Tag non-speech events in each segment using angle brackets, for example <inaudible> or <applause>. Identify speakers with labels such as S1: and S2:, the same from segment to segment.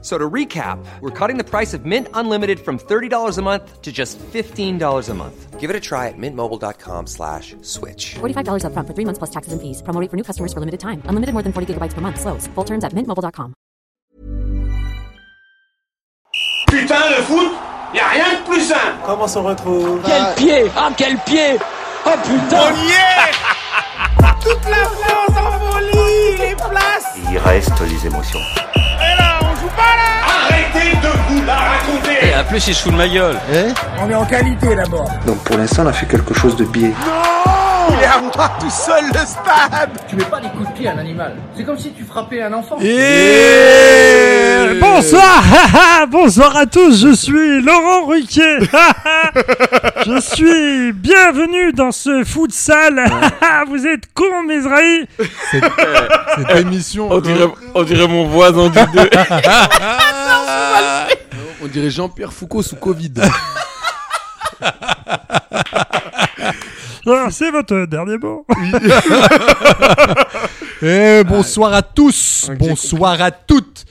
S1: So to recap, we're cutting the price of Mint Unlimited from $30 a month to just $15 a month. Give it a try at mintmobile.com slash switch.
S2: $45 upfront for three months plus taxes and fees. Promo rate for new customers for limited time. Unlimited more than 40 gigabytes per month. Slows. Full terms at mintmobile.com.
S3: Putain, le foot, y a rien de plus simple.
S4: Comment on se retrouve
S5: Quel pied Ah quel pied Oh putain
S3: y est Toute la France en folie, les places.
S6: Il reste les émotions.
S3: Et là, on joue pas là. Arrêtez de vous la raconter.
S5: En plus il se fout de ma gueule
S7: Donc pour l'instant, on a fait quelque chose de biais.
S8: Et bonsoir, haha, bonsoir <laughs> à tous, je suis Laurent Ruquier. <laughs> haha. je suis bienvenue dans ce futsal. <laughs> haha, Vous êtes con, mes amis.
S9: Cette émission.
S5: on dirait, on dirait mon voisin du
S9: <laughs>
S5: 2
S9: On dirait Jean-Pierre Foucault
S8: <laughs>
S9: sous Covid.
S8: Alors, c'est votre dernier mot.
S9: <laughs> Eh, bonsoir à tous. Bonsoir à toutes.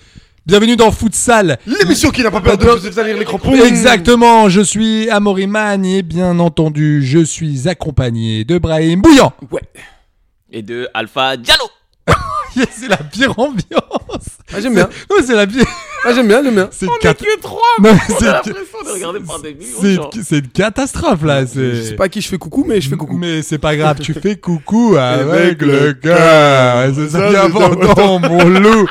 S9: Bienvenue dans Futsal.
S10: L'émission qui n'a pas peur de vous salir les crampons.
S9: Exactement, je suis Amaury Magne et bien entendu, je suis accompagné de Brahim
S10: <laughs>
S9: Bouillant.
S5: Et de Alpha Diallo
S9: Yes, c'est la pire ambiance.
S10: Ah, j'aime bien.
S9: Non, mais c'est la pire.
S10: Ah, j'aime bien, j'aime bien.
S9: C'est cat-
S5: Que 3
S9: Non, mais
S5: On
S9: c'est-
S5: a l'impression de regarder par des millions de
S9: c'est-
S5: gens.
S9: c'est une catastrophe là.
S10: Je sais pas à qui je fais coucou, mais je fais coucou.
S9: Mais c'est pas grave, tu fais coucou
S10: <laughs>
S9: avec
S10: Avec
S9: le
S10: le
S9: cœur. C'est ça qui est
S10: c'est
S9: important, mon loup.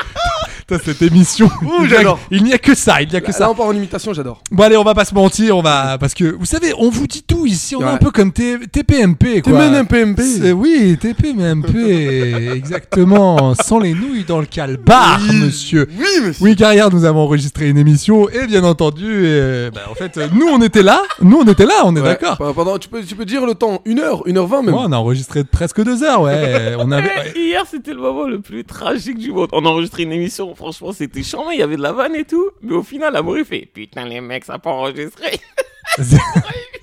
S9: Putain, cette émission.
S10: Ouh,
S9: il n'y a-
S10: j'adore.
S9: Il n'y a que ça, il n'y a que
S10: Là,
S9: ça.
S10: là, on part en imitation, j'adore.
S9: Bon, allez, on va pas se mentir, on va. Parce que, vous savez, on vous dit tout ici, on est
S10: Ouais.
S9: un peu comme T- TPMP, quoi.
S10: PMP.
S9: C'est- Oui,
S10: <laughs>
S9: TPMP, exactement. Sans les nouilles dans le calbar, monsieur.
S10: Oui, monsieur.
S9: Oui, carrière, nous avons enregistré une émission et bien entendu, euh, bah, en fait, euh, nous on était là, nous on était là, on est
S10: Ouais.
S9: d'accord.
S10: Pendant- pendant- tu, peux, tu peux dire le temps, une heure, une heure vingt même.
S9: Ouais, on a enregistré presque deux heures, ouais. on
S5: Mais
S9: avait...
S5: Hier c'était le moment le plus tragique du monde On a enregistré une émission, franchement c'était charmant Il y avait de la vanne et tout Mais au final Amaury fait Putain les mecs ça a pas enregistré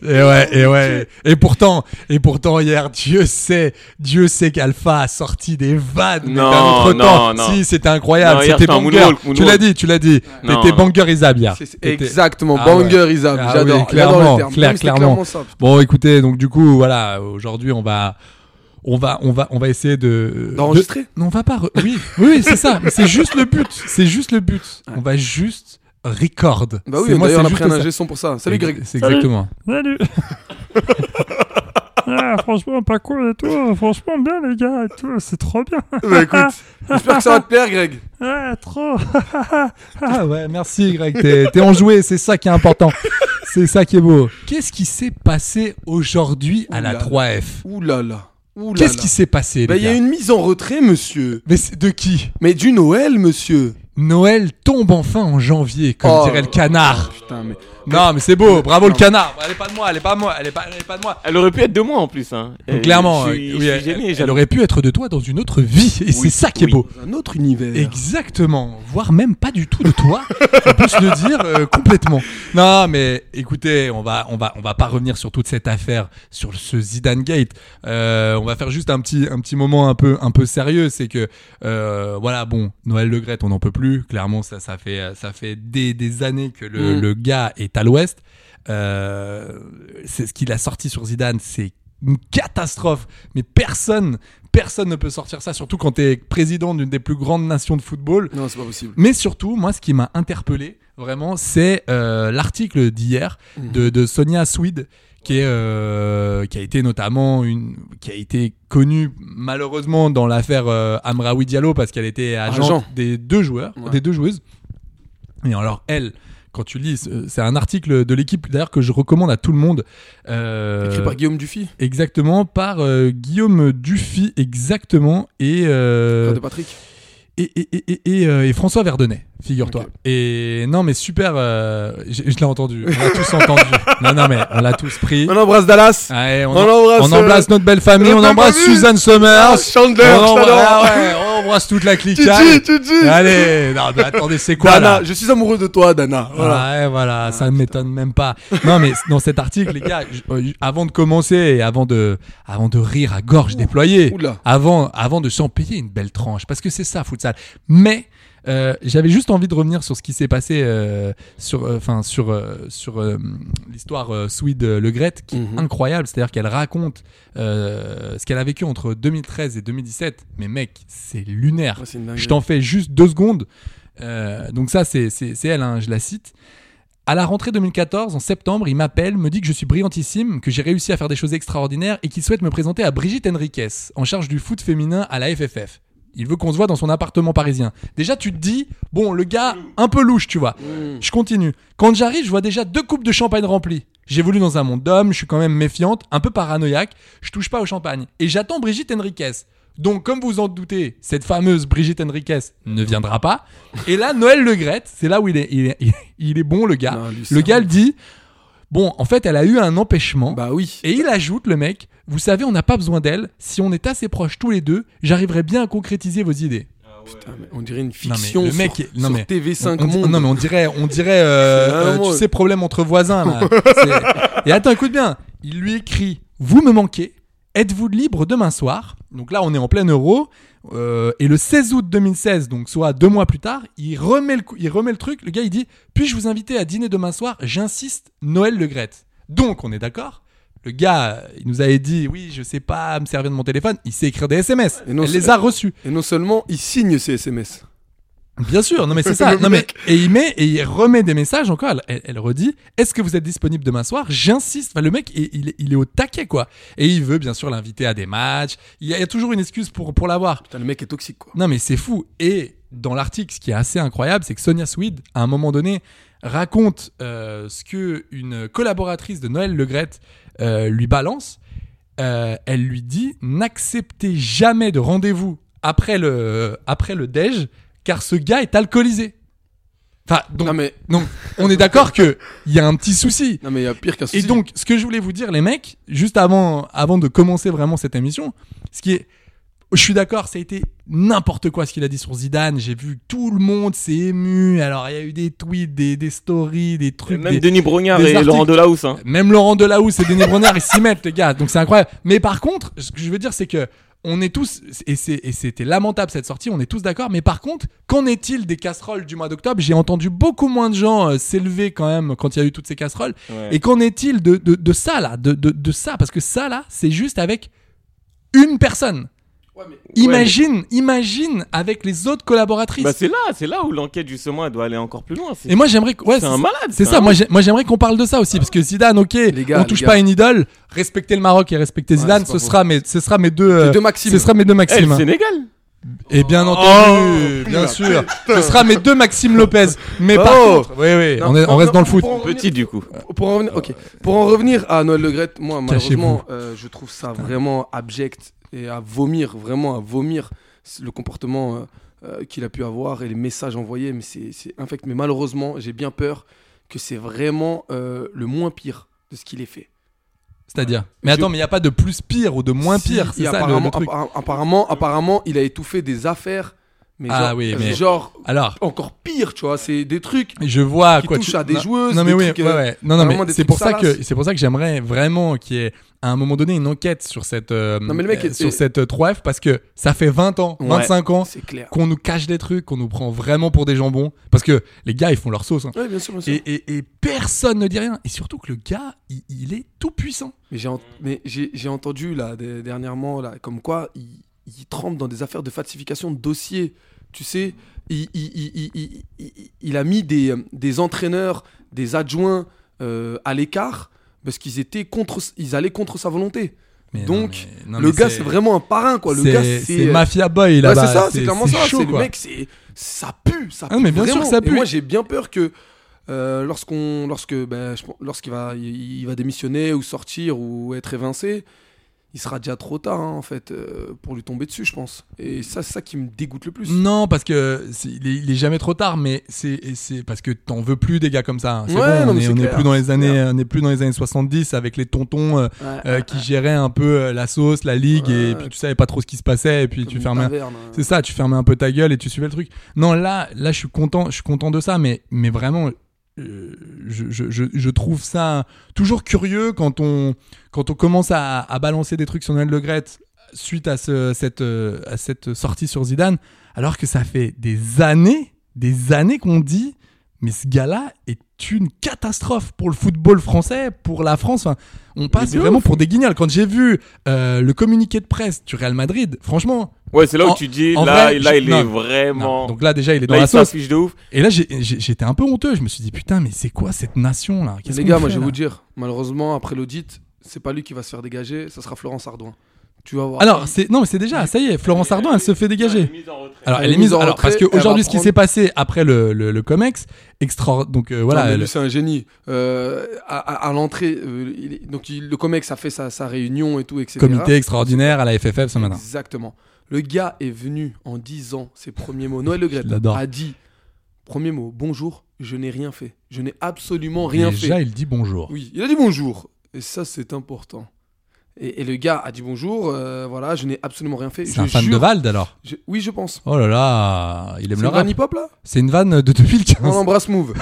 S9: Et ouais, et ouais. Et pourtant, et pourtant hier, Dieu sait, Dieu sait qu'Alpha a sorti des vannes mais
S5: Non,
S9: d'un autre
S5: non,
S9: temps.
S5: non.
S9: Si, c'était incroyable,
S5: Non, hier,
S9: c'était
S5: c'était un
S9: banger.
S5: moonwalk,
S9: Tu l'as
S5: moonwalk.
S9: dit, tu l'as dit.
S5: Non,
S9: T'étais
S5: non.
S9: banger Isab hier.
S10: C'est- c'est
S9: T'étais-
S10: Exactement,
S9: Ah ouais.
S10: banger Isab,
S9: Ah
S10: j'adore.
S9: oui,
S10: J'adore
S9: clairement,
S10: le terme.
S9: clair-
S10: Non, mais c'était
S9: clairement.
S10: ça, putain.
S9: Bon, écoutez, donc du coup, voilà, aujourd'hui, on va, on va, on va, on va essayer de
S10: D'enregistrer.
S9: de- Non, on va pas. re- Oui, oui, oui, c'est ça. Mais C'est juste le but. C'est juste le but. On va juste record.
S10: Bah oui,
S9: C'est- moi,
S10: d'ailleurs, on
S9: c'est
S10: a pris
S9: juste
S10: un
S9: ça.
S10: ingé son pour ça. Salut Greg.
S9: C'est exactement.
S8: Salut.
S9: <laughs>
S8: Ah, franchement, pas cool et tout. Franchement, bien, les gars. et tout, C'est trop
S9: <laughs>
S8: bien.
S10: Bah écoute, j'espère que ça va te plaire, Greg.
S8: Ah, trop.
S9: <laughs> Ah ouais, merci Greg, t'es t'es enjoué, c'est ça qui est important. C'est ça qui est beau. Qu'est-ce qui s'est passé aujourd'hui à la
S10: Oula.
S9: 3F
S10: Ouh là là. Ouh là
S9: Qu'est-ce
S10: là.
S9: qui s'est passé
S10: Bah,
S9: les
S10: il y a
S9: gars
S10: une mise en retrait, monsieur.
S9: Mais c'est de qui
S10: Mais du Noël, monsieur.
S9: Noël tombe enfin en janvier, comme
S10: Oh.
S9: dirait le canard.
S10: Putain, mais.
S9: Non mais c'est beau, bravo le canard. Elle est pas de moi, elle est pas de moi, elle est pas, elle est pas de moi.
S5: <laughs> Elle aurait pu être de moi en plus hein. Euh,
S9: Clairement,
S5: je
S9: euh,
S5: suis, je
S9: oui,
S5: suis
S9: elle,
S5: gêné,
S9: elle
S5: j'adore.
S9: aurait pu être de toi dans une autre vie, et c'est ça qui est
S5: oui.
S9: beau.
S10: Un autre univers.
S9: Exactement, voire même pas du tout de toi, <laughs> on peut se le dire euh, complètement. Non, mais écoutez, on va, on va, on va pas revenir sur toute cette affaire, sur ce Zidane Gate. Euh, on va faire juste un petit, un petit moment un peu, un peu sérieux, c'est que euh, voilà, bon, Noël Le Graët, on n'en peut plus. Clairement, ça, ça fait, euh, ça fait des, des années que le,
S10: Mm.
S9: le gars est à l'Ouest. Euh, c'est ce qu'il a sorti sur Zidane, c'est une catastrophe. Mais personne, personne ne peut sortir ça, surtout quand tu es président d'une des plus grandes nations de football.
S10: Non, c'est pas possible.
S9: Mais surtout, moi, ce qui m'a interpellé vraiment, c'est euh, l'article d'hier de, de Sonia Swede, qui, est, euh, qui a été notamment une, qui a été connue malheureusement dans l'affaire euh, Amraoui Diallo parce qu'elle était agente
S10: Agent.
S9: des deux joueurs,
S10: Ouais.
S9: des deux joueuses. Et alors elle. Quand tu lis, c'est- c'est un article de l'équipe d'ailleurs que je recommande à tout le monde. Euh,
S10: Écrit par Guillaume Dufy,
S9: exactement, par euh, Guillaume Dufy, exactement, et euh,
S10: frère de Patrick.
S9: et, et- et- et- et, euh, et François Verdonnet. figure-toi. Et non, mais super, euh, j'ai- je l'ai entendu. On l'a tous
S10: <laughs>
S9: entendu. Non, non, mais on l'a tous pris.
S10: On embrasse Dallas.
S9: Ouais, on,
S10: On embrasse, euh,
S9: on embrasse notre belle famille,
S10: notre
S9: on
S10: belle
S9: embrasse
S10: famille.
S9: Suzanne Summers.
S10: Ah, Chandler,
S9: on embrasse, ah
S10: Chandler.
S9: ouais, on embrasse toute
S10: <laughs>
S9: la clique.
S10: Titi, Titi.
S9: Allez, non, mais attendez, c'est quoi là
S10: Dana, je suis amoureux de toi, Dana. Voilà. Ah,
S9: Ouais, voilà, ça ne m'étonne même pas. Non, mais dans cet article, les gars, j- euh, j- avant de commencer et avant de, avant de rire à gorge déployée,
S10: Oula.
S9: avant, avant de s'en payer une belle tranche, parce que c'est ça, futsal. Mais euh, j'avais juste envie de revenir sur ce qui s'est passé euh, sur, enfin sur, euh, sur euh, l'histoire euh, Swede euh, Le Gret, qui
S10: Mhm.
S9: est incroyable. C'est-à-dire qu'elle raconte euh, ce qu'elle a vécu entre 2013 et 2017. Mais mec, c'est lunaire.
S10: Ouais, Oh, c'est une dinguerie.
S9: Je t'en fais juste deux secondes. Euh, donc ça, c'est c'est- c'est elle, hein, je la cite. À la rentrée 2014, en septembre, il m'appelle, me dit que je suis brillantissime, que j'ai réussi à faire des choses extraordinaires et qu'il souhaite me présenter à Brigitte Henriquez, en charge du foot féminin à la FFF. Il veut qu'on se voit dans son appartement parisien. Déjà, tu te dis, bon, le gars, un peu louche, tu vois. Je continue. Quand j'arrive, je vois déjà deux coupes de champagne remplies. J'évolue dans un monde d'hommes, je suis quand même méfiante, un peu paranoïaque, je touche pas au champagne. Et j'attends Brigitte Henriquez. Donc, comme vous en doutez, cette fameuse Brigitte Henriquez ne viendra pas. Et là, Noël Le Gret, c'est là où il est, il est, il est bon, le gars.
S10: Non, lui,
S9: le
S10: ça
S9: gars
S10: va.
S9: le dit. Bon, en fait, elle a eu un empêchement.
S10: Bah oui.
S9: Et il ajoute, le mec, vous savez, on n'a pas besoin d'elle. Si on est assez proches tous les deux, j'arriverai bien à concrétiser vos idées.
S10: Putain, Ah, mais on dirait une
S9: Non, mais
S10: fiction
S9: le mec,
S10: sur,
S9: est- non,
S10: sur
S9: mais
S10: TV5
S9: on, on-
S10: Monde.
S9: Non mais on dirait, on dirait, euh,
S10: C'est
S9: euh,
S10: vraiment-
S9: tu sais, problème entre voisins.
S10: <laughs>
S9: Là. C'est- Et attends, écoute bien. Il lui écrit Vous me manquez. Êtes-vous libre demain soir Donc là, on est en plein euro. Euh, et le 16 août 2016, donc soit deux mois plus tard, il remet le, coup- il remet le truc. Le gars, il dit Puis-je vous inviter à dîner demain soir J'insiste, Noël Le Gret. Donc, on est d'accord le gars, euh, il nous avait dit, oui, je sais pas me servir de mon téléphone. Il sait écrire des SMS.
S10: Et non,
S9: Elle les
S10: c'est-
S9: a reçus.
S10: Et non seulement, il signe ses SMS.
S9: Bien sûr, non mais
S10: <laughs>
S9: c'est ça.
S10: Le
S9: Non mais
S10: mec.
S9: et il met et il remet des messages encore. Elle, elle- elle redit Est-ce que vous êtes disponible demain soir J'insiste. Enfin, le mec, il, il est- il est au taquet quoi. Et il veut bien sûr l'inviter à des matchs. Il y a, il y a toujours une excuse pour pour l'avoir.
S10: Putain, le mec est toxique, quoi.
S9: Non mais c'est fou. Et dans l'article, ce qui est assez incroyable, c'est que Sonia Swede, à un moment donné, raconte euh, ce que une collaboratrice de Noël Le Gret euh, lui balance. Euh, elle lui dit n'acceptez jamais de rendez-vous après le après le déj, car ce gars est alcoolisé. Enfin, donc,
S10: Non, mais-
S9: donc, on est d'accord que il y a un petit souci.
S10: Non, mais il y a pire qu'un
S9: Et
S10: souci.
S9: donc, ce que je voulais vous dire, les mecs, juste avant, avant de commencer vraiment cette émission, ce qui est. Je suis d'accord, ça a été n'importe quoi ce qu'il a dit sur Zidane. J'ai vu tout le monde s'est ému. Alors, il y a eu des tweets, des, des stories, des trucs.
S5: Même
S9: des-
S5: Denis Brognard
S9: des
S5: et
S9: articles.
S5: Laurent Delahousse. Hein.
S9: même Laurent Delahousse et Denis Bronard, ils s'y mettent, les gars. Donc c'est incroyable. Mais par contre, ce que je veux dire, c'est que on est tous, et c'est- et c'était lamentable cette sortie, on est tous d'accord. Mais par contre, qu'en est-il des casseroles du mois d'octobre J'ai entendu beaucoup moins de gens euh, s'élever quand même quand il y a eu toutes ces casseroles. Et qu'en est-il de, de, de ça là de, de, de ça Parce que ça là, c'est juste avec une personne. Imagine, imagine avec les autres collaboratrices.
S5: Bah c'est là, c'est là où l'enquête justement elle doit aller encore plus loin. C'est-
S9: Et moi j'aimerais que- ouais,
S5: C'est un malade,
S9: C'est
S5: ça,
S9: ça,
S5: hein.
S9: moi j'ai- moi, j'aimerais qu'on parle de ça aussi parce que Zidane OK,
S10: gars,
S9: on touche
S10: les gars.
S9: pas à une idole, respecter le Maroc et respecter Zidane,
S10: c'est
S9: ce
S10: pas
S9: sera mes ce sera mes deux euh,
S10: deux maximes.
S9: Ce sera mes deux
S5: Eh,
S9: maximes.
S5: le
S9: hein.
S5: Sénégal. Oh,
S9: Et bien entendu, bien sûr. Ce sera mes deux Maxime Lopez. Mais par
S10: Oh.
S9: contre, oui oui,
S10: Non,
S9: on, est- on
S10: non,
S9: reste
S10: non,
S9: dans le foot.
S10: pour en revenir-
S5: Petit du coup.
S10: Pour en revenir, ok. Pour en revenir à Noël Le Gret, moi
S9: Euh, Cachez-vous.
S10: malheureusement, euh, je trouve ça vraiment abject et à vomir, vraiment à vomir c- le comportement euh, euh, qu'il a pu avoir et les messages envoyés, mais c'est c'est infect. Mais malheureusement, j'ai bien peur que c'est vraiment euh, le moins pire de ce qu'il ait fait.
S9: C'est-à-dire. Mais attends, mais il y a pas de plus pire ou de moins pire, c'est
S10: Et
S9: ça le-
S10: apparemment,
S9: le truc.
S10: appara- apparemment, apparemment, il a étouffé des affaires, mais
S9: Ah
S10: genre,
S9: oui, mais-
S10: genre
S9: Alors,
S10: encore pire, tu vois, c'est des trucs.
S9: Je vois
S10: qui
S9: quoi
S10: touche à des joueuses,
S9: Non mais
S10: des
S9: oui,
S10: trucs,
S9: ouais,
S10: euh,
S9: ouais. Non, non, mais
S10: vraiment des
S9: c'est
S10: trucs
S9: pour ça
S10: salaces.
S9: que c'est pour ça que j'aimerais vraiment qu'il y ait à un moment donné une enquête sur cette euh,
S10: Non, mais le mec
S9: euh,
S10: est-
S9: sur
S10: est-
S9: cette euh, 3F parce que ça fait 20 ans,
S10: Ouais,
S9: 25 ans
S10: c'est clair.
S9: qu'on nous cache des trucs, qu'on nous prend vraiment pour des jambons parce que les gars ils font leur sauce. hein.
S10: Oui, bien sûr, bien sûr.
S9: Et, et- et personne ne dit rien. Et surtout que le gars, il, il est tout puissant.
S10: Mais j'ai, ent- mais j'ai, j'ai entendu là des- dernièrement là comme quoi il, il trempe dans des affaires de falsification de dossiers. Tu sais, il, il- il- il- il- il- il a mis des, euh, des entraîneurs, des adjoints euh, à l'écart parce qu'ils étaient contre, ils allaient contre sa volonté.
S9: Mais non,
S10: Donc
S9: mais- non,
S10: le
S9: mais
S10: gars c'est... vraiment un parrain quoi. Le
S9: c'est-
S10: gars
S9: c'est
S10: euh,
S9: mafia boy
S10: ouais,
S9: là.
S10: c'est ça, c'est, clairement ça.
S9: chaud,
S10: c'est le
S9: quoi.
S10: mec, c'est ça pue, ça
S9: Ah,
S10: pue.
S9: mais bien sûr
S10: vraiment.
S9: que ça
S10: Et
S9: pue.
S10: moi, j'ai bien peur que euh, lorsqu'on, lorsque, ben, je pense- lorsqu'il va, il, il va démissionner ou sortir ou être évincé, il sera déjà trop tard, hein, en fait, euh, pour lui tomber dessus, je pense. Et ça, c'est ça qui me dégoûte le plus.
S9: Non, parce que c'est- il est, il est jamais trop tard, mais c'est et c'est parce que t'en veux plus des gars comme ça. hein. C'est
S10: Ouais,
S9: bon,
S10: non,
S9: on
S10: mais
S9: est,
S10: c'est
S9: on est
S10: clair,
S9: plus dans les
S10: c'est
S9: années,
S10: clair.
S9: on est plus dans les années 70 avec les tontons euh,
S10: Ouais.
S9: euh,
S10: <laughs>
S9: qui géraient un peu euh, la sauce, la ligue, et,
S10: Ouais.
S9: puis tu savais pas trop ce qui se passait, et puis
S10: Comme
S9: tu
S10: une
S9: fermais.
S10: taverne, hein.
S9: C'est ça, tu fermais un peu ta gueule et tu suivais le truc. Non, là, là, je suis content, je suis content de ça, mais, mais vraiment, euh, je, je- je- je trouve ça toujours curieux quand on, quand on commence à, à balancer des trucs sur Noël Le Gret suite à, ce- cette, euh, à cette sortie sur Zidane, alors que ça fait des années, des années qu'on dit, mais ce gars-là est une catastrophe pour le football français, pour la France. Enfin, on passe
S5: de
S9: vraiment
S5: ouf.
S9: pour des guignols. Quand j'ai vu euh, le communiqué de presse du Real Madrid, franchement,
S5: Ouais, c'est là
S9: En-
S5: où tu dis,
S9: en
S5: là,
S9: vrai,
S5: là
S9: je-
S5: il
S9: non,
S5: est
S9: non.
S5: vraiment.
S9: Non, Donc là, déjà, il est dans
S5: là,
S9: la
S5: il
S9: sauce.
S5: s'affiche de ouf.
S9: Et là, j'ai- j'ai- j'étais un peu honteux. Je me suis dit, putain, mais c'est quoi cette nation là Qu'est-ce
S10: Les
S9: qu'on
S10: gars,
S9: fait,
S10: moi je vais
S9: là
S10: vous dire, malheureusement, après l'audit, c'est pas lui qui va se faire dégager, ça sera Florence Ardouin. Tu vas voir.
S9: Alors, c'est non, mais c'est déjà, ça y est, Florence Ardouin, elle se fait dégager. Alors,
S10: Elle
S9: elle est mise en alors, parce
S10: retrait, elle
S9: qu'aujourd'hui,
S10: va
S9: ce qui
S10: prendre-
S9: s'est passé après le, le, le Comex, extra. Donc euh, voilà.
S10: Non, mais lui,
S9: elle-
S10: c'est un génie. Euh, à à- à l'entrée, euh, il est- donc il- le Comex a fait sa, sa réunion et tout, etc.
S9: Comité extraordinaire à la FFF ce matin.
S10: Exactement. Le gars est venu en disant ses premiers mots. Noël Le Gret
S9: <laughs> Je l'adore.
S10: a dit Premier mot, bonjour, je n'ai rien fait. Je n'ai absolument rien
S9: Déjà,
S10: fait.
S9: il dit bonjour.
S10: Oui, il a dit bonjour. Et ça, c'est important. Et, et le gars a dit bonjour, euh, voilà, je n'ai absolument rien fait.
S9: C'est
S10: Je
S9: un fan
S10: jure-
S9: de Vald alors.
S10: je- Oui, je pense.
S9: Oh là là, il aime
S10: C'est
S9: le
S10: le
S9: rap.
S10: hip hop là
S9: C'est une vanne de <laughs>
S10: On
S9: 2015.
S10: embrasse Move.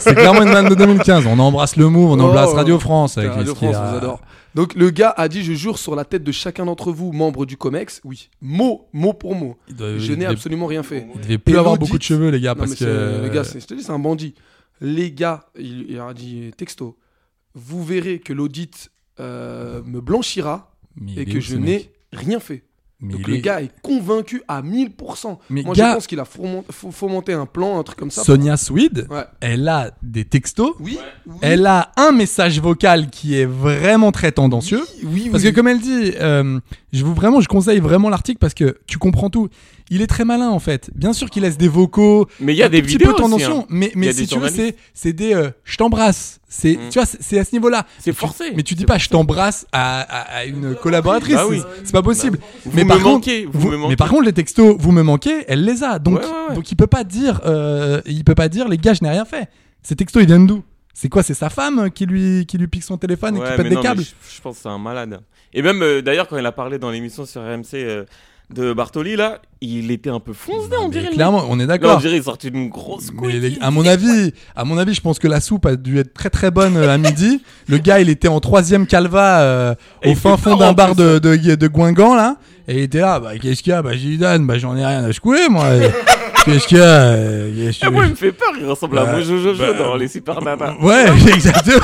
S9: C'est clairement une vanne de 2015. On embrasse le move, on
S10: Oh,
S9: embrasse Radio France. avec
S10: Radio
S9: ce qu'il
S10: France,
S9: a-
S10: vous adore. Donc le gars a dit, je jure sur la tête de chacun d'entre vous, membres du Comex, oui, mot, mot pour mot,
S9: Il doit-
S10: je
S9: Euh, il
S10: n'ai
S9: devait-
S10: absolument rien fait.
S9: Il devait plus
S10: Et
S9: avoir
S10: l'audit-
S9: beaucoup de cheveux, les gars,
S10: Non,
S9: parce
S10: mais
S9: que.
S10: c'est- les gars, c'est- je te dis, c'est un bandit. Les gars, il, il a dit texto, vous verrez que l'audit euh, me blanchira
S9: Mais
S10: et
S9: il est
S10: que
S9: ouf,
S10: je
S9: ce
S10: n'ai
S9: mec.
S10: rien fait.
S9: Mais
S10: Donc
S9: il
S10: le
S9: est-
S10: gars est convaincu à 1000%.
S9: Mais
S10: Moi
S9: gars-
S10: je pense qu'il a fourmon- fo- fomenté un plan, un truc comme ça.
S9: Sonia Swede,
S10: Ouais.
S9: elle a des textos.
S10: Oui, oui,
S9: Elle a un message vocal qui est vraiment très tendancieux.
S10: oui,
S9: Parce
S10: oui.
S9: que comme elle dit, euh, je vous vraiment, je conseille vraiment l'article parce que tu comprends tout. Il est très malin en fait. Bien sûr qu'il laisse des vocaux,
S5: Mais il y a
S9: un
S5: des
S9: tout petit
S5: vidéos
S9: peu
S5: aussi,
S9: tendancieux,
S5: hein.
S9: mais
S5: Il y
S9: mais
S5: a
S9: si
S5: des
S9: tu veux,
S5: journalistes.
S9: c'est c'est des euh, je t'embrasse. C'est
S5: Mm.
S9: tu vois, c'est c'est à ce niveau-là.
S5: C'est
S9: Tu-
S5: forcé.
S9: Mais tu dis pas je t'embrasse à, à- à une collaboratrice.
S5: Bah oui.
S9: C'est- C'est pas possible.
S5: Vous
S9: mais
S5: me
S9: par
S5: manquez,
S9: contre,
S5: vous me manquez.
S9: mais par contre les textos, vous me manquez, elle les a. Donc
S5: Ouais, ouais, ouais.
S9: donc il peut pas dire, euh, il peut pas dire les gars je n'ai rien fait. Ces textos ils viennent d'où C'est quoi C'est sa femme qui lui qui lui pique son téléphone et
S5: Ouais,
S9: qui pète
S5: mais
S9: des
S5: non, mais
S9: câbles.
S5: Je, je pense que c'est un malade. Et même, euh, d'ailleurs, quand il a parlé dans l'émission sur RMC euh, de Bartoli, là, il était un peu foncé, on dirait.
S9: Mais
S5: le
S9: Clairement, on est
S5: mec. Là, on
S9: d'accord.
S5: dirait, il sortait d'une grosse couille.
S9: Mais les- à mon avis, à mon avis, je pense que la soupe a dû être très très bonne euh, à midi. Le gars, il était en troisième calva euh,
S5: Et
S9: au
S5: il
S9: fin
S5: fait
S9: fond
S5: peur,
S9: d'un
S5: en
S9: bar
S5: plus.
S9: de, de, de Guingamp là, et il était là. Bah qu'est-ce qu'il y a Bah Zidane, bah j'en ai rien à secouer
S5: <laughs>
S9: moi. qu'est-ce qu'il y a Euh, qu'est-ce que-
S5: Ah, moi, il me fait peur, il ressemble à
S9: Bah,
S5: Mojo Jojo
S9: bah,
S5: dans les Super Nanas.
S9: Ouais, <laughs> exactement.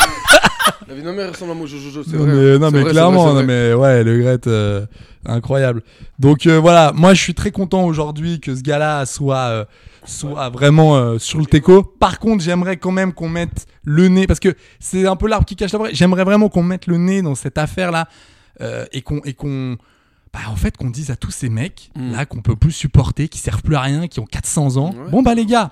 S10: La vie de ma mère ressemble à moi, Jojo, c'est
S9: Non
S10: vrai. hein.
S9: mais, non,
S10: C'est
S9: mais
S10: vrai, c'est
S9: clairement,
S10: vrai,
S9: non,
S10: c'est vrai.
S9: mais ouais, le Gret, euh, incroyable. Donc euh, voilà, moi je suis très content aujourd'hui que ce gars-là soit euh, soit vraiment euh, sur le teco. Par contre, j'aimerais quand même qu'on mette le nez parce que c'est un peu l'arbre qui cache la forêt. J'aimerais vraiment qu'on mette le nez dans cette affaire-là euh, et qu'on et qu'on bah, en fait qu'on dise à tous ces mecs là qu'on peut plus supporter, qui servent plus à rien, qui ont 400 ans.
S10: Mm. Ouais.
S9: Bon bah les gars.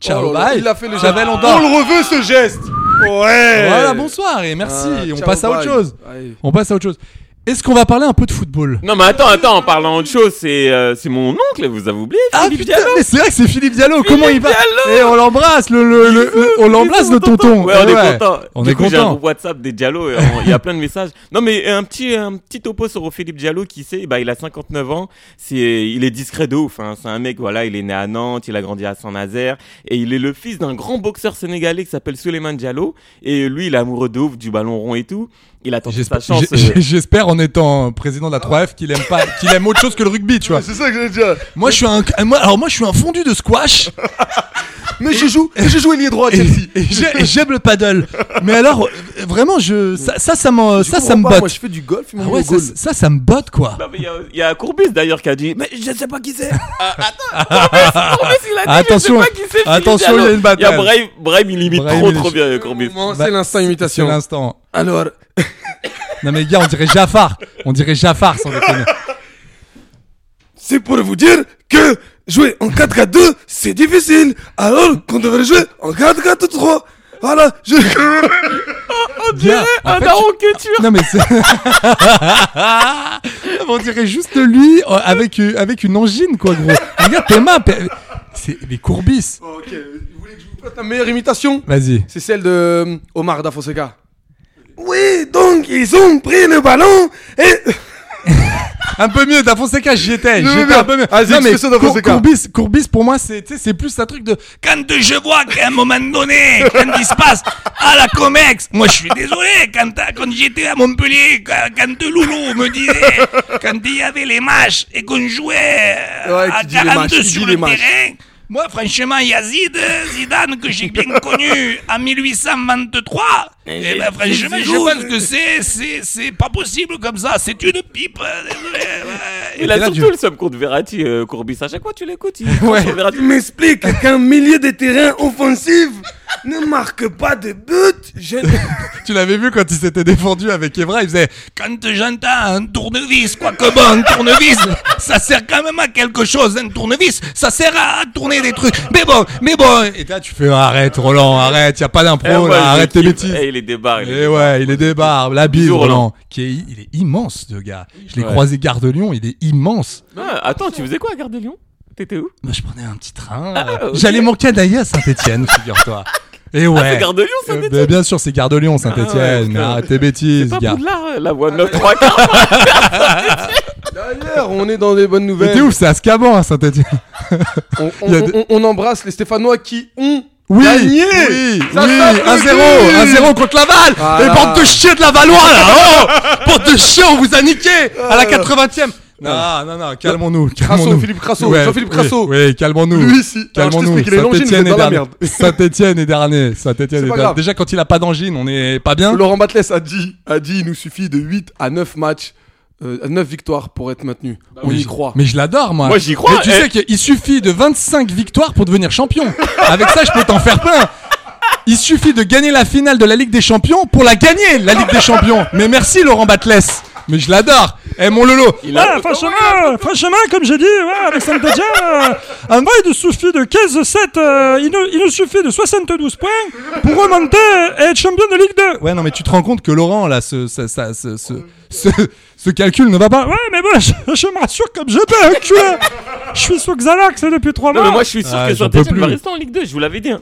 S9: Ciao,
S10: Oh là là,
S9: bye.
S10: il a fait le
S9: Javel, on
S10: geste.
S9: dort.
S10: On le reveut ce geste. Ouais.
S9: Voilà, bonsoir et merci.
S10: Ah,
S9: et on
S10: ciao,
S9: passe à autre
S10: bye.
S9: chose.
S10: Allez.
S9: On passe à autre chose. Est-ce qu'on va parler un peu de football
S5: Non, mais attends, attends, en parlant autre chose, c'est euh, c'est mon oncle, vous avez oublié
S9: Ah
S5: Philippe
S9: putain,
S5: Diallo.
S9: mais c'est vrai que c'est Philippe Diallo. Comment il va
S5: Diallo
S9: Et on l'embrasse, le, le- le- le- on l'embrasse le tonton.
S5: Ouais, on
S9: Eh ouais.
S5: est content.
S9: On
S5: Du
S9: est
S5: coup, J'ai un
S9: content.
S5: groupe WhatsApp des Diallo, et on- il y a plein de messages. Non, mais un petit, un petit topo sur Philippe Diallo qui sait, bah, il a 59 ans, c'est, il est discret de ouf. hein. C'est un mec, voilà, il est né à Nantes, il a grandi à Saint-Nazaire, et il est le fils d'un grand boxeur sénégalais qui s'appelle Suleiman Diallo. Et lui, il est amoureux de ouf du ballon rond et tout. Il attend sa
S9: J'espère,
S5: chance.
S9: j'ai-
S5: euh,
S9: <laughs> j'espère, en étant président de la 3F qu'il aime pas, qu'il aime autre chose que le rugby, tu vois.
S10: C'est ça que j'allais dire.
S9: Moi je suis un, moi- alors moi je suis un fondu de squash
S10: <laughs> Mais je joue, je joue ailier droit à
S9: et,
S10: Chelsea.
S9: et j'ai- et j'aime le paddle. Mais alors euh, vraiment je, ça ça ça, m'en-
S10: Je
S9: ça, ça
S10: comprends
S9: me
S10: pas, Moi,
S9: botte.
S10: je fais du golf, ils m'ont
S9: Ah
S10: mis
S9: ouais,
S10: au
S9: ça,
S10: goal.
S9: ça ça me botte quoi.
S5: non, Ah, mais il y a- il y, a Courbis d'ailleurs qui a dit, mais je sais pas
S9: <laughs>
S5: qui c'est. Ah, attends, Courbis, Courbis, il a dit,
S9: Attention,
S5: je sais pas qui c'est. Philippe
S9: attention, il y a
S5: Diallo.
S9: une bataille.
S5: Il y a Brahim, Ah, Brahim, il imite
S9: Brahim,
S5: trop,
S9: il est
S5: trop
S9: chaud.
S5: bien euh, Courbis.
S10: Moment,
S9: Bah,
S10: C'est l'instant
S9: C'est
S10: imitation.
S9: l'instant.
S10: Alors,
S9: Non mais gars, on dirait Jafar. On dirait Jafar sans déconner.
S10: c'est pour vous dire que jouer en 4-4-2, c'est difficile. Alors qu'on devrait jouer en 4-4-3. Voilà, je.
S9: On dirait
S5: Un daron culture
S9: Non mais c'est. <laughs> on dirait juste lui euh, avec, euh, avec une angine quoi gros. Regarde tes mains. pe- C'est des courbis.
S10: ok, vous voulez que je vous fasse la meilleure imitation
S9: Vas-y.
S10: C'est celle de euh, Omar Da Fonseca. Oui, donc ils ont pris le ballon et.
S9: Un peu mieux, Da Fonseca, j'y étais.
S10: Non,
S9: J'y
S10: mais
S9: étais
S10: merde.
S9: un peu mieux.
S10: Vas-y,
S9: non, mais
S10: explique ça, Da
S9: Cour-
S10: Fonseca.
S9: Courbis, Courbis, pour moi, c'est tu sais, c'est plus un truc de. Quand je vois qu'à un moment donné, quand il se passe à la Comex, moi je suis désolé, quand, quand j'étais à Montpellier, quand, quand Loulou me disait, quand il y avait les matchs et qu'on jouait euh,
S10: Ouais,
S9: à
S10: qui dit les matchs,
S9: 42
S10: qui
S9: sur
S10: dit
S9: le
S10: les matchs.
S9: terrain. Moi, franchement, Yazid, euh, Zidane, que j'ai bien connu en 1823, eh ben, franchement, je pense que c'est, c'est, c'est pas possible comme ça. C'est une pipe. euh, désolé, ouais.
S5: Il
S9: Et
S5: a
S9: là,
S5: surtout le somme contre Verratti, euh, Courbis. À chaque fois, tu l'écoutes. Il crache sur Verratti.
S10: Tu m'expliques qu'un milieu de terrain offensif ne marque pas de but.
S9: <laughs>
S10: Je...
S9: tu- tu l'avais vu quand il s'était défendu avec Evra, il faisait Quand j'entends un tournevis, quoi que bon, un tournevis, ça sert quand même à quelque chose. Un tournevis, ça sert à tourner des trucs. Mais bon, mais bon. Et là, tu fais Arrête, Roland, arrête, y a pas
S5: Eh,
S9: d'impro,
S5: moi, je
S9: là, arrête tes
S5: kiffe.
S9: bêtises.
S5: Eh, il est débarré.
S9: Et ouais, il est débarbe, la bise,
S5: Bisous, Roland.
S9: Roland. Qui est, il est immense, ce gars. Je l'ai
S5: Ouais.
S9: croisé gare de Lyon, il est immense.
S5: Ah, attends, tu faisais quoi à Gare de Lyon T'étais où
S9: Moi, je prenais un petit train.
S5: Ah,
S9: euh,
S5: ok. Ah,
S9: J'allais mon canaille à Saint-Etienne,
S5: <laughs>
S9: figure-toi. Et ouais.
S5: c'est Gare de Lyon,
S9: Euh,
S5: Saint-Étienne. Ah
S9: ben, Bien sûr, c'est gare de Lyon, Saint-Etienne.
S5: putain.
S9: Arrête tes bêtises,
S5: Pas
S9: gars.
S5: Poudlard, euh, la voix
S9: Ah,
S5: de notre trois quarts.
S10: D'ailleurs, on est dans des bonnes
S9: Mais t'es
S10: nouvelles.
S9: ouf, c'est Ascaban, à Saint-Etienne.
S10: On, on-
S9: Il y a des-
S10: on- on embrasse les Stéphanois qui ont
S9: <laughs> Oui,
S10: gagné.
S9: oui, oui,
S10: Ça tape le
S9: 1-0,
S10: cul.
S9: 1-0 contre Laval.
S10: Voilà.
S9: Et bande de chiens de Lavallois, là, oh Bande de chiens, on vous a niqué à la 80e. Non, non, non, calmons-nous.
S10: Ah. Crasso,
S9: calmons-nous.
S10: Philippe Crasso,
S9: Ouais,
S10: Jean-Philippe
S9: oui,
S10: Crasso.
S9: Oui, calmons-nous.
S10: Lui, si. Alors, je
S9: Calmons-nous.
S10: t'explique, il a l'angine, vous
S9: Saint-Etienne
S10: êtes
S9: est
S10: dans la
S9: dernier.
S10: merde.
S9: Saint-Etienne est dernier. Saint-Etienne
S10: C'est
S9: est
S10: pas
S9: dernier.
S10: grave.
S9: Déjà, quand il a pas d'angine, on est pas bien.
S10: Laurent Batles a dit, a dit il nous suffit de 8 à 9 matchs, euh, 9 victoires pour être maintenu. on
S9: Mais
S10: y
S9: je-
S10: croit.
S9: Mais je l'adore, moi.
S5: Moi, j'y crois,
S9: Mais tu sais
S5: eh.
S9: qu'il suffit de 25 victoires pour devenir champion. Avec ça, je peux t'en faire plein. Il suffit de gagner la finale de la Ligue des Champions pour la gagner, la Ligue des Champions. Mais merci, Laurent Batles. Mais je l'adore. Eh, mon Lolo.
S8: Ouais, franchement, euh, franchement, comme j'ai dit, ouais, avec Sampdoria, euh, en vrai, il nous suffit de 15-7, euh, il, nous, il nous suffit de 72 points pour remonter et être champion de Ligue 2.
S9: Ouais, non, mais tu te rends compte que Laurent, là, ce, ce, ça- ce, ce, ce, ce calcul ne va pas.
S8: Ouais, mais bon, je, je me rassure comme je peux, hein, enculé. Je suis sous Xanax hein, depuis 3 mois.
S5: Non, mais moi, je suis sûr
S9: Ah,
S5: que
S9: j'en
S5: Saint-Etienne
S9: peux
S5: va
S9: plus.
S5: rester en Ligue 2, je vous l'avais dit. hein.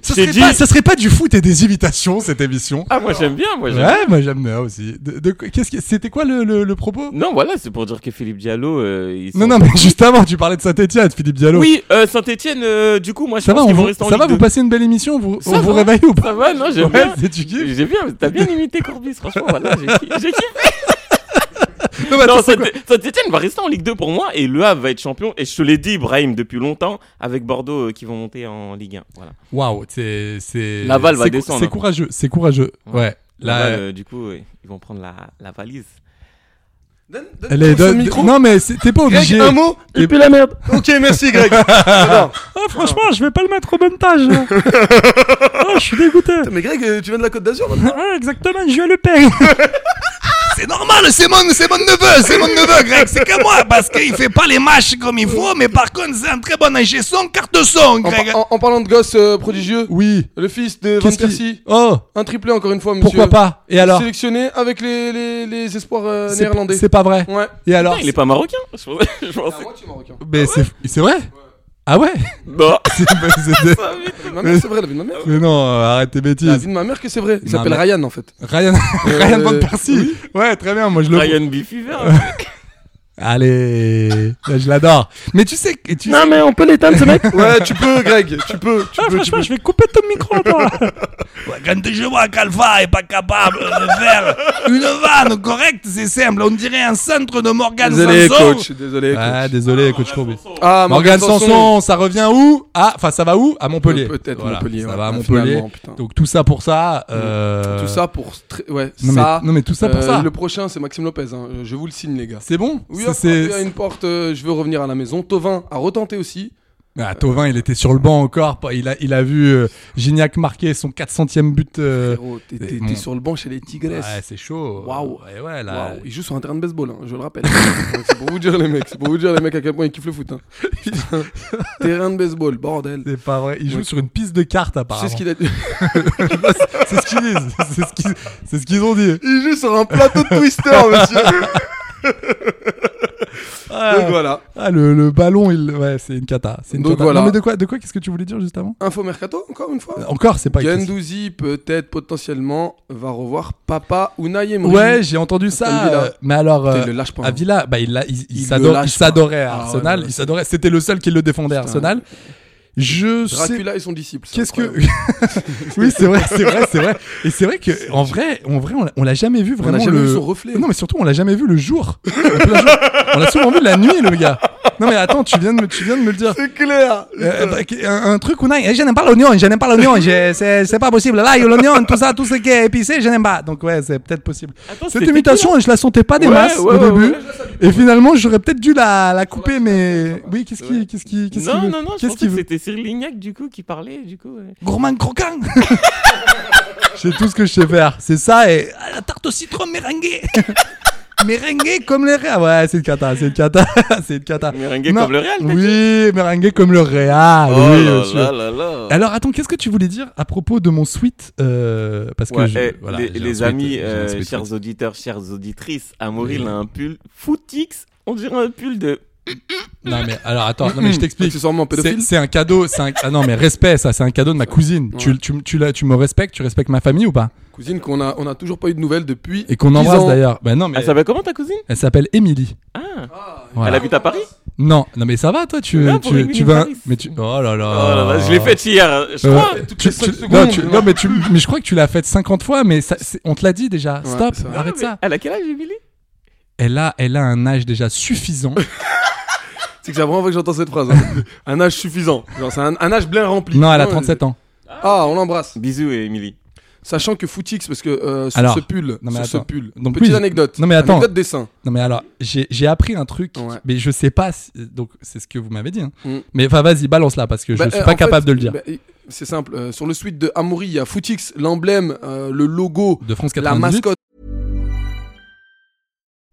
S9: Ça
S5: t'ai
S9: serait,
S5: dit-
S9: pas, ça serait pas du foot et des imitations, cette émission.
S5: Ah, moi, j'aime bien, moi, j'aime
S9: Ouais, moi, j'aime bien aussi. De, de- qu'est-ce que, c'était quoi le, le, le propos?
S5: Non, voilà, c'est pour dire que Philippe Diallo. euh, il
S9: Non, non,
S5: s'en-
S9: mais juste avant, tu parlais de Saint-Etienne, Philippe Diallo.
S5: Oui, euh, Saint-Etienne, du coup, moi, je
S9: Ça va,
S5: pense
S9: on
S5: qu'ils vont
S9: vous,
S5: rester en
S9: ça
S5: Ligue
S9: va, vous
S5: 2.
S9: passez une belle émission, vous,
S5: Ça
S9: on vous
S5: va.
S9: réveillez ou pas
S5: Ça va, non, j'aime
S9: Ouais,
S5: bien.
S9: c'est- tu kiffes
S5: J'ai bien, t'as bien imité Courbis, franchement, voilà, j'ai ki- j'ai kiffé.
S9: Non, mais attends,
S5: <laughs> Non,
S9: c'est quoi
S5: Saint-Etienne va rester en Ligue 2 pour moi et Le Havre va être champion. Et je te l'ai dit, Brahim, depuis longtemps, avec Bordeaux euh, qui vont monter en Ligue 1. Voilà.
S9: Waouh, c'est. c'est-
S5: Laval va
S9: c'est cou-
S5: descendre.
S9: C'est courageux, c'est courageux. Ouais. Là,
S5: Là, du coup, euh, ils vont prendre la, la valise.
S10: Donne- donne-
S9: elle est.
S10: donne ce
S9: de-
S10: micro.
S9: Non, mais c'est- t'es pas
S10: Greg,
S9: obligé.
S10: un mot,
S9: Et-
S10: et puis la merde. Ok, merci Greg. J'adore.
S8: Ah, franchement, je vais pas le mettre au
S9: <laughs>
S8: montage. là. Ah, je suis dégoûté.
S10: Mais Greg, euh, tu viens de la Côte d'Azur maintenant
S8: Ah, exactement, je vais le payer.
S9: <laughs> C'est normal, c'est mon, c'est mon neveu, c'est mon neveu, Greg, c'est que moi, parce qu'il fait pas les matchs comme il faut, mais par contre, c'est un très bon ingé son, carte son,
S10: en, par- en- en parlant de gosse euh, prodigieux,
S9: Oui.
S10: le fils de Van
S9: Qu'est-ce
S10: Persie,
S9: qui. Oh,
S10: un triplé encore une fois, monsieur.
S9: pourquoi pas Et alors
S10: Sélectionné avec les, les, les espoirs euh,
S9: C'est-
S10: néerlandais.
S9: C'est pas vrai.
S10: Ouais.
S9: Et alors
S5: Il est pas marocain Je pensais. je pensais-
S10: Moi, tu es marocain.
S9: Mais c'est c'est vrai Ah
S5: <laughs>
S9: ouais
S5: Non.
S9: <laughs> C'est-
S5: <laughs>
S9: c'est-
S10: Ma mère, c'est vrai, la vie de ma mère.
S9: Mais non, euh, arrête tes bêtises.
S10: La vie Euh, de ma mère que c'est vrai. Il
S9: Non,
S10: s'appelle
S9: mais-
S10: Ryan en fait.
S9: Ryan, <laughs> Ryan Van Persie. Ouais, très bien, moi je le.
S5: Ryan B. Fever.
S9: <laughs> Allez, là, je l'adore. Mais tu sais que tu.
S5: mais on peut l'éteindre ce mec
S10: <laughs> Ouais, tu peux, Greg. Tu peux. Tu
S8: Ah,
S10: peux. Tu
S8: franchement,
S10: peux.
S8: je vais couper ton micro, toi.
S9: Quand je vois qu'Alpha est pas capable de faire une vanne correcte, c'est simple. On dirait un centre de Morgan
S10: Désolé, coach. Désolé,
S9: Ah,
S10: coach.
S9: désolé, coach Courbet.
S10: Ah,
S9: Morgan Sanson, ça revient où Ah, enfin, ça va où À Montpellier.
S10: Euh, peut-être
S9: Voilà,
S10: Montpellier,
S9: Ça
S10: ouais.
S9: va à
S10: Ah,
S9: Montpellier.
S10: finalement, putain.
S9: Donc tout ça pour ça. euh,
S10: Tout ça pour. str- Ouais,
S9: Non, mais-
S10: ça.
S9: non, mais tout ça pour
S10: euh,
S9: ça.
S10: Le prochain, c'est Maxime Lopez. hein. Je vous le signe, les gars.
S9: C'est bon
S10: Oui,
S9: Ça,
S10: à
S9: c'est-
S10: une porte, euh, je veux revenir à la maison. Tovin a retenté aussi.
S9: Ah, Tovin, il était sur le banc encore. pas- Il a, il a vu euh, Gignac marquer son 400e but. euh,
S10: Frérot, Oh, t'es-
S9: et
S10: t'es
S9: bon.
S10: t'es sur le banc chez les Tigresses.
S9: Ouais, c'est chaud.
S10: Waouh.
S9: Et ouais, là.
S10: Waouh, il joue sur un terrain de baseball, hein, je le
S9: <laughs>
S10: rappelle. Donc, c'est pour vous dire les mecs, c'est pour vous dire les mecs à quel point ils kiffent le foot. hein. Putain, terrain de baseball, bordel.
S9: C'est pas vrai. Il joue sur une piste de cartes,
S10: Tu
S9: apparemment.
S10: sais ce qu'il a dit
S9: c'est ce qu'ils disent. <laughs> C'est ce qu'ils- C'est ce qu'ils ont
S10: <laughs>
S9: dit.
S10: Il joue sur un plateau de
S9: <laughs>
S10: Twister, monsieur. Donc voilà.
S9: Ah, le, le ballon, il... ouais, c'est une cata. C'est une
S10: Donc
S9: cata.
S10: voilà.
S9: Non, mais de quoi, de quoi qu'est-ce que tu voulais dire juste avant
S10: Info mercato, encore une fois.
S9: Encore, c'est pas excessif.
S10: Gendouzi peut-être potentiellement va revoir Papa Unai Emery.
S9: Ouais, j'ai entendu ça.
S10: Villa.
S9: euh, mais alors,
S10: Putain,
S9: euh,
S10: il le lâche pas,
S9: à
S10: hein.
S9: Villa, bah, il l'a- il- il
S10: Il le
S9: s'adore-
S10: lâche
S9: il s'adorait
S10: pas.
S9: à
S10: Ah ouais,
S9: Arsenal.
S10: ouais,
S9: il s'adorait. C'était le seul qui le défendait à
S10: Putain.
S9: Arsenal. Je sais
S10: Dracula et son disciple. c'est
S9: Qu'est-ce que
S10: incroyable.
S9: Oui, c'est vrai, c'est vrai, c'est vrai. Et c'est vrai que en vrai, en vrai, on l'a- on l'a jamais vu vraiment
S10: jamais
S9: le
S10: vu son reflet.
S9: Non, mais surtout on l'a jamais vu le jour. <laughs> En plein jour. on l'a souvent vu la nuit le gars. Non mais attends, tu viens de me tu viens de me le dire.
S10: C'est clair.
S9: Euh, bah, qu- un, un truc où non, eh, je n'aime pas l'oignon, je n'aime pas l'oignon, je- c'est c'est pas possible. Là, il y a l'oignon, tout ça, tout ce qui est épicé, je n'aime pas. Donc ouais, c'est peut-être possible. Cette
S5: c'était
S9: imitation, je la sentais pas des
S5: Ouais,
S9: masses
S5: ouais,
S9: au
S5: ouais,
S9: début.
S5: ouais.
S9: Et finalement, j'aurais peut-être dû la, la couper, mais oui, qu'est-ce qui, qu'est-ce qui, qu'est-ce
S5: non,
S9: qui veut-
S5: non, non, je
S9: qu'est-ce
S5: pensais
S9: qui
S5: que
S9: veut-
S5: c'était Cyril Lignac du coup qui parlait du coup. ouais.
S9: Gourmand croquant C'est tout ce que <laughs> je sais faire. C'est ça et ah, la tarte au citron meringuée. <laughs> meringuée comme les Real. Ouais, c'est une cata, c'est une cata, <laughs> c'est une cata.
S5: Meringuée
S9: Non.
S5: comme le Real. t'as dit
S9: Oui, meringuée comme le Real.
S5: Oh
S9: oui,
S5: là
S9: monsieur.
S5: là là là.
S9: Alors attends, qu'est-ce que tu voulais dire à propos de mon suite euh, Parce que
S5: Ouais,
S9: je-
S5: eh,
S9: voilà,
S5: les,
S9: j'ai un
S5: les
S9: suite,
S5: amis,
S9: j'ai un
S5: euh,
S9: suite.
S5: chers auditeurs, chères auditrices, Amaury a un pull footix. On dirait un pull de.
S9: Non mais alors attends, <laughs> non mais
S5: <laughs>
S9: je t'explique.
S10: Hmm. Accessoirement
S9: C'est
S10: pédophile.
S9: c'est un cadeau, c'est un... ah non mais respect ça, c'est un cadeau de ma cousine. Tu, tu, tu, la- tu me respectes, tu respectes ma famille ou pas
S10: Cousine qu'on a, on a toujours pas eu de nouvelles depuis.
S9: Et qu'on
S10: 10
S9: embrasse
S10: ans.
S9: d'ailleurs. Ben non mais
S5: Elle s'appelle Ah, comment ta cousine
S9: elle s'appelle Émilie.
S5: Euh, Ah,
S9: Voilà.
S5: elle habite à Paris
S9: Non, non mais ça va toi, tu
S10: Ah,
S5: Non, pour
S9: tu,
S5: Émilie
S9: tu vas
S5: Paris.
S9: mais tu oh là là.
S5: Oh là là, Je l'ai faite hier, je
S9: Euh,
S5: crois.
S9: tu- tu- non, tu- non, mais tu mais je crois que tu l'as faite 50 fois mais ça, c'est- on te l'a dit déjà.
S10: Ouais,
S9: Stop,
S10: c'est vrai.
S9: arrête
S5: Ah, mais
S9: ça.
S5: Elle a quel âge, Émilie
S9: Elle a elle a un âge déjà
S10: <laughs>
S9: suffisant.
S10: C'est que c'est la première fois que j'entends cette
S9: <laughs>
S10: phrase. hein. un âge suffisant. Genre, c'est un, un âge bien rempli.
S9: non, elle a 37 ans.
S10: Ah, on l'embrasse.
S5: Bisous, Émilie.
S10: Sachant que Footix, parce que euh, sur
S9: Alors,
S10: ce pull,
S9: non, mais
S10: sur ce
S9: attends.
S10: pull,
S9: Donc,
S10: petite
S9: oui.
S10: anecdote.
S9: Non, mais attends.
S10: Anecdote dessin.
S9: Non mais alors, j'ai j'ai appris un truc,
S10: Ouais.
S9: mais je sais pas. si- donc c'est ce que vous m'avez dit. hein.
S10: Mm.
S9: Mais enfin vas-y, balance là parce que je
S10: Bah,
S9: suis
S10: euh,
S9: pas
S10: en
S9: capable
S10: fait,
S9: de le dire.
S10: bah, et- c'est simple. euh, sur le suite de Amoury, il y a Footix, l'emblème, euh, le logo,
S9: de France 98.
S10: la mascotte.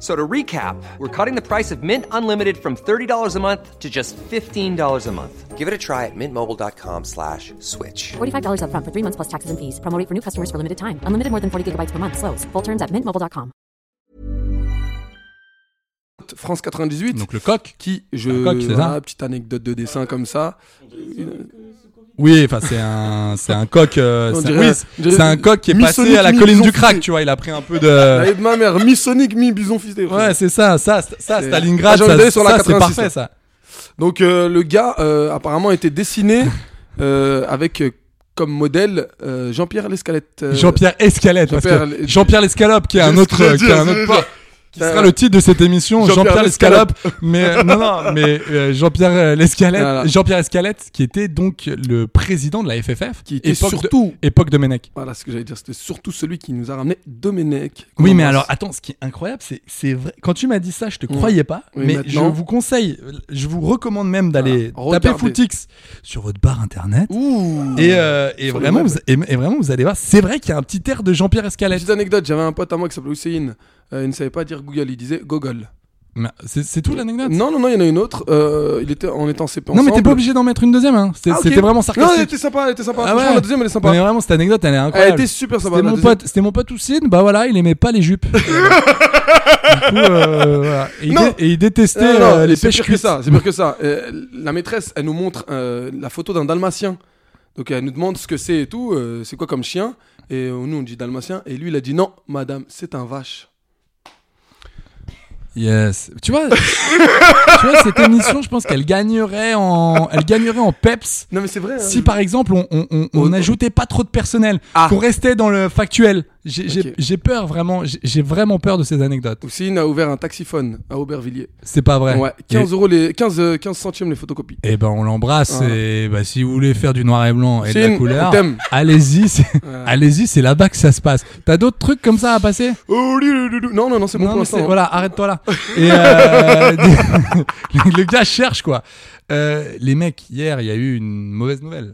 S1: So to recap, we're cutting the price of Mint Unlimited from $30 a month to just $15 a month. Give it a try at mintmobile.com slash switch.
S2: $45 upfront for three months plus taxes and fees. Promo rate for new customers for limited time. Unlimited more than 40 gigabytes per month. Slows. Full terms at mintmobile.com.
S10: France 98.
S9: Donc le coq.
S10: qui je
S9: Un coq, c'est ça
S10: voilà, petite anecdote de dessin comme ça
S9: Oui, enfin c'est un c'est un coq. euh,
S10: On
S9: c'est
S10: dirait-
S9: oui,
S10: on dirait-
S9: c'est un coq qui est
S10: mi
S9: passé
S10: Sonic,
S9: à la
S10: mi
S9: colline
S10: Bison
S9: du crack.
S10: Fisté.
S9: Tu vois, il a pris un peu
S10: la
S9: de.
S10: vie de ma mère mi Sonic mi Bison Fisté frère.
S9: Euh. Ouais, c'est ça, ça, ça, ça,
S10: C'est-
S9: Stalingrad.
S10: Ah, j'en ai
S9: ça,
S10: donné sur la
S9: ça, c'est
S10: 86,
S9: parfait
S10: ça.
S9: ça.
S10: donc euh, le gars euh, apparemment était
S9: <laughs>
S10: dessiné euh, avec euh, comme modèle euh, Jean-Pierre L'escalette euh,
S9: Jean-Pierre Escalette, parce
S10: Jean-Pierre-
S9: que Jean-Pierre l'escalope, qui est un
S10: Qu'est-ce
S9: autre, euh,
S10: que je
S9: qui est un
S10: dis,
S9: autre
S10: c'est
S9: pote,
S10: ça. Bah,
S9: qui sera le titre de cette émission,
S10: Jean-Pierre
S9: Jean-Pierre l'escalope. Mais euh, non, non, mais euh, Jean-Pierre euh, l'escalette,
S10: Voilà.
S9: Jean-Pierre Escalette, qui était donc le président de la FFF,
S10: qui était
S9: époque
S10: surtout
S9: de, époque de Ménec.
S10: voilà ce que j'allais dire c'était surtout celui qui nous a ramené Domenech
S9: Oui, mais
S10: Qu'on embrasse.
S9: alors attends, ce qui est incroyable, c'est c'est vrai. Quand tu m'as dit ça, je te
S10: Ouais.
S9: croyais pas,
S10: Mm. Oui,
S9: mais je
S10: maintenant-
S9: vous conseille, je vous recommande même d'aller
S10: Voilà,
S9: taper
S10: regardez.
S9: Footix sur votre barre internet.
S10: Ouh.
S9: Et, euh, et
S10: Sur le
S9: vraiment,
S10: web.
S9: vous, et, et vraiment, vous allez voir, c'est vrai qu'il y a un petit air de Jean-Pierre Escalette.
S10: petite anecdote j'avais un pote à moi qui s'appelait Hussein Euh, il ne savait pas dire Google il disait Google
S9: Mais C'est c'est tout l'anecdote.
S10: non non non il y en a une autre euh, il était on était en CP
S9: Non, mais
S10: Mm. ensemble.
S9: t'es pas obligé d'en mettre une deuxième. Hein. C'était
S10: Ah, ok.
S9: c'était vraiment
S10: non elle
S9: sarcastique.
S10: était sympa elle était sympa
S9: Ah
S10: Franchement,
S9: ouais.
S10: la deuxième elle est
S9: Non, mais
S10: sympa
S9: vraiment, cette anecdote, elle est incroyable.
S10: elle était super sympa
S9: C'était
S10: la
S9: mon
S10: deuxième.
S9: pote, c'était mon pote Houssine, bah voilà, il aimait pas les
S10: <laughs>
S9: jupes. du coup, euh, voilà. et, il
S10: Non.
S9: dé- et il détestait
S10: Non, non,
S9: euh, les
S10: c'est
S9: pêches
S10: pire que ça. C'est pire que ça. Euh, la maîtresse, elle nous montre euh, la photo d'un dalmatien. Donc elle nous demande ce que c'est et tout, euh, c'est quoi comme chien. Et euh, nous on dit dalmatien. Et lui il a dit non, madame, c'est un vache.
S9: Yes. Tu vois, <laughs> tu vois, cette émission, je pense qu'elle gagnerait en, elle gagnerait en peps.
S10: Non mais c'est vrai. hein.
S9: Si par exemple on, on, on- on
S10: Oh, non.
S9: n'ajoutait pas trop de personnel,
S10: Ah.
S9: qu'on restait dans le factuel, J'ai
S10: Ok.
S9: j'ai- j'ai peur vraiment, j'ai- j'ai vraiment peur de ces anecdotes.
S10: Houssine a ouvert un taxiphone à Aubervilliers.
S9: C'est pas vrai.
S10: Ouais. 15 euros les 15, euh, 15 centimes les photocopies.
S9: Et ben on l'embrasse
S10: Voilà.
S9: et bah, si vous voulez faire du noir et blanc et de la
S10: Chine, Ah. on
S9: couleur,
S10: t'aime.
S9: allez-y, c'est
S10: Ouais.
S9: allez-y, c'est là-bas que ça se passe. T'as d'autres trucs comme ça à passer
S10: Oh, li- li- li- li- non non non, c'est bon
S9: Non,
S10: pour
S9: mais
S10: l'instant.
S9: c'est-
S10: hein.
S9: voilà, arrête-toi
S10: <laughs>
S9: là. Et euh, <laughs> le le gars cherche quoi. Euh, les mecs, hier, il y a eu une mauvaise nouvelle.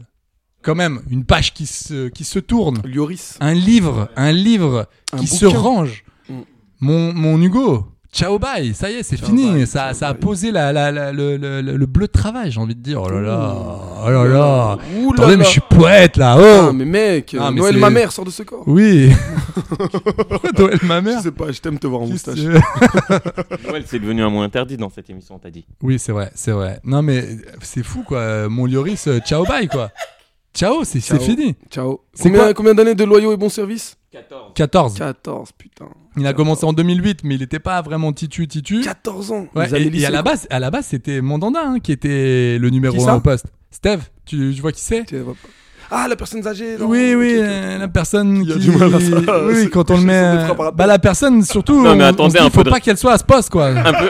S9: Quand même, une page qui se, qui se tourne,
S10: Lioris.
S9: un livre, un livre
S10: Un
S9: qui
S10: bouquin.
S9: se range.
S10: Mm.
S9: Mon, mon Hugo, ciao bye, ça y est, c'est
S10: Ciao,
S9: fini.
S10: bye,
S9: ça,
S10: ciao,
S9: ça a
S10: bye.
S9: posé la, la- la- le, le- le- le bleu de travail, j'ai envie de dire. Oh là là, oh là là.
S10: Ouh là
S9: Attendez, mais
S10: là.
S9: je suis poète là. Oh
S10: Ah, mais mec,
S9: Ah,
S10: euh,
S9: mais
S10: Noël
S9: c'est-
S10: ma mère sort de ce corps. <laughs>
S9: oui. Pourquoi Noël, ma mère
S10: Je sais pas, je t'aime te voir en
S9: Qu'est-ce que-
S10: moustache.
S5: Noël, c'est devenu un mot interdit dans cette émission, on t'a dit.
S9: Oui, c'est vrai, c'est vrai. Non, mais c'est fou, quoi. Euh, Mon Lioris, euh, ciao, bye, quoi. Ciao, c'est c'est
S10: Ciao.
S9: fini.
S10: Ciao.
S9: C'est quoi
S10: Combien, combien d'années de loyaux et bons services
S9: 14.
S10: 14, putain.
S9: Il a commencé en 2008, mais il n'était pas vraiment titu, titu.
S10: 14 ans.
S9: Ouais,
S10: Vous allez
S9: et, et
S10: lycée,
S9: à la
S10: quoi.
S9: base, à la base, c'était Mandanda hein, qui était le numéro
S10: Qui
S9: 1
S10: ça
S9: au poste. Steve, tu, tu vois qui c'est
S10: Tu vois pas. Ah, la personne âgée. non,
S9: Oui,
S10: ok,
S9: oui,
S10: ok, ok.
S9: euh, la personne
S10: Qui
S9: qui.
S10: a du mal à ça.
S9: Oui, oui,
S10: C'est-
S9: quand on
S10: <laughs>
S9: le
S10: je
S9: met.
S10: sens des
S9: euh,
S10: frappes à la
S9: Bah, la personne, surtout.
S5: Non, mais
S9: on- on
S5: attendez
S9: se dit,
S5: un peu
S9: faut
S5: de-
S9: pas qu'elle soit à ce poste, quoi.
S5: <laughs> Un peu,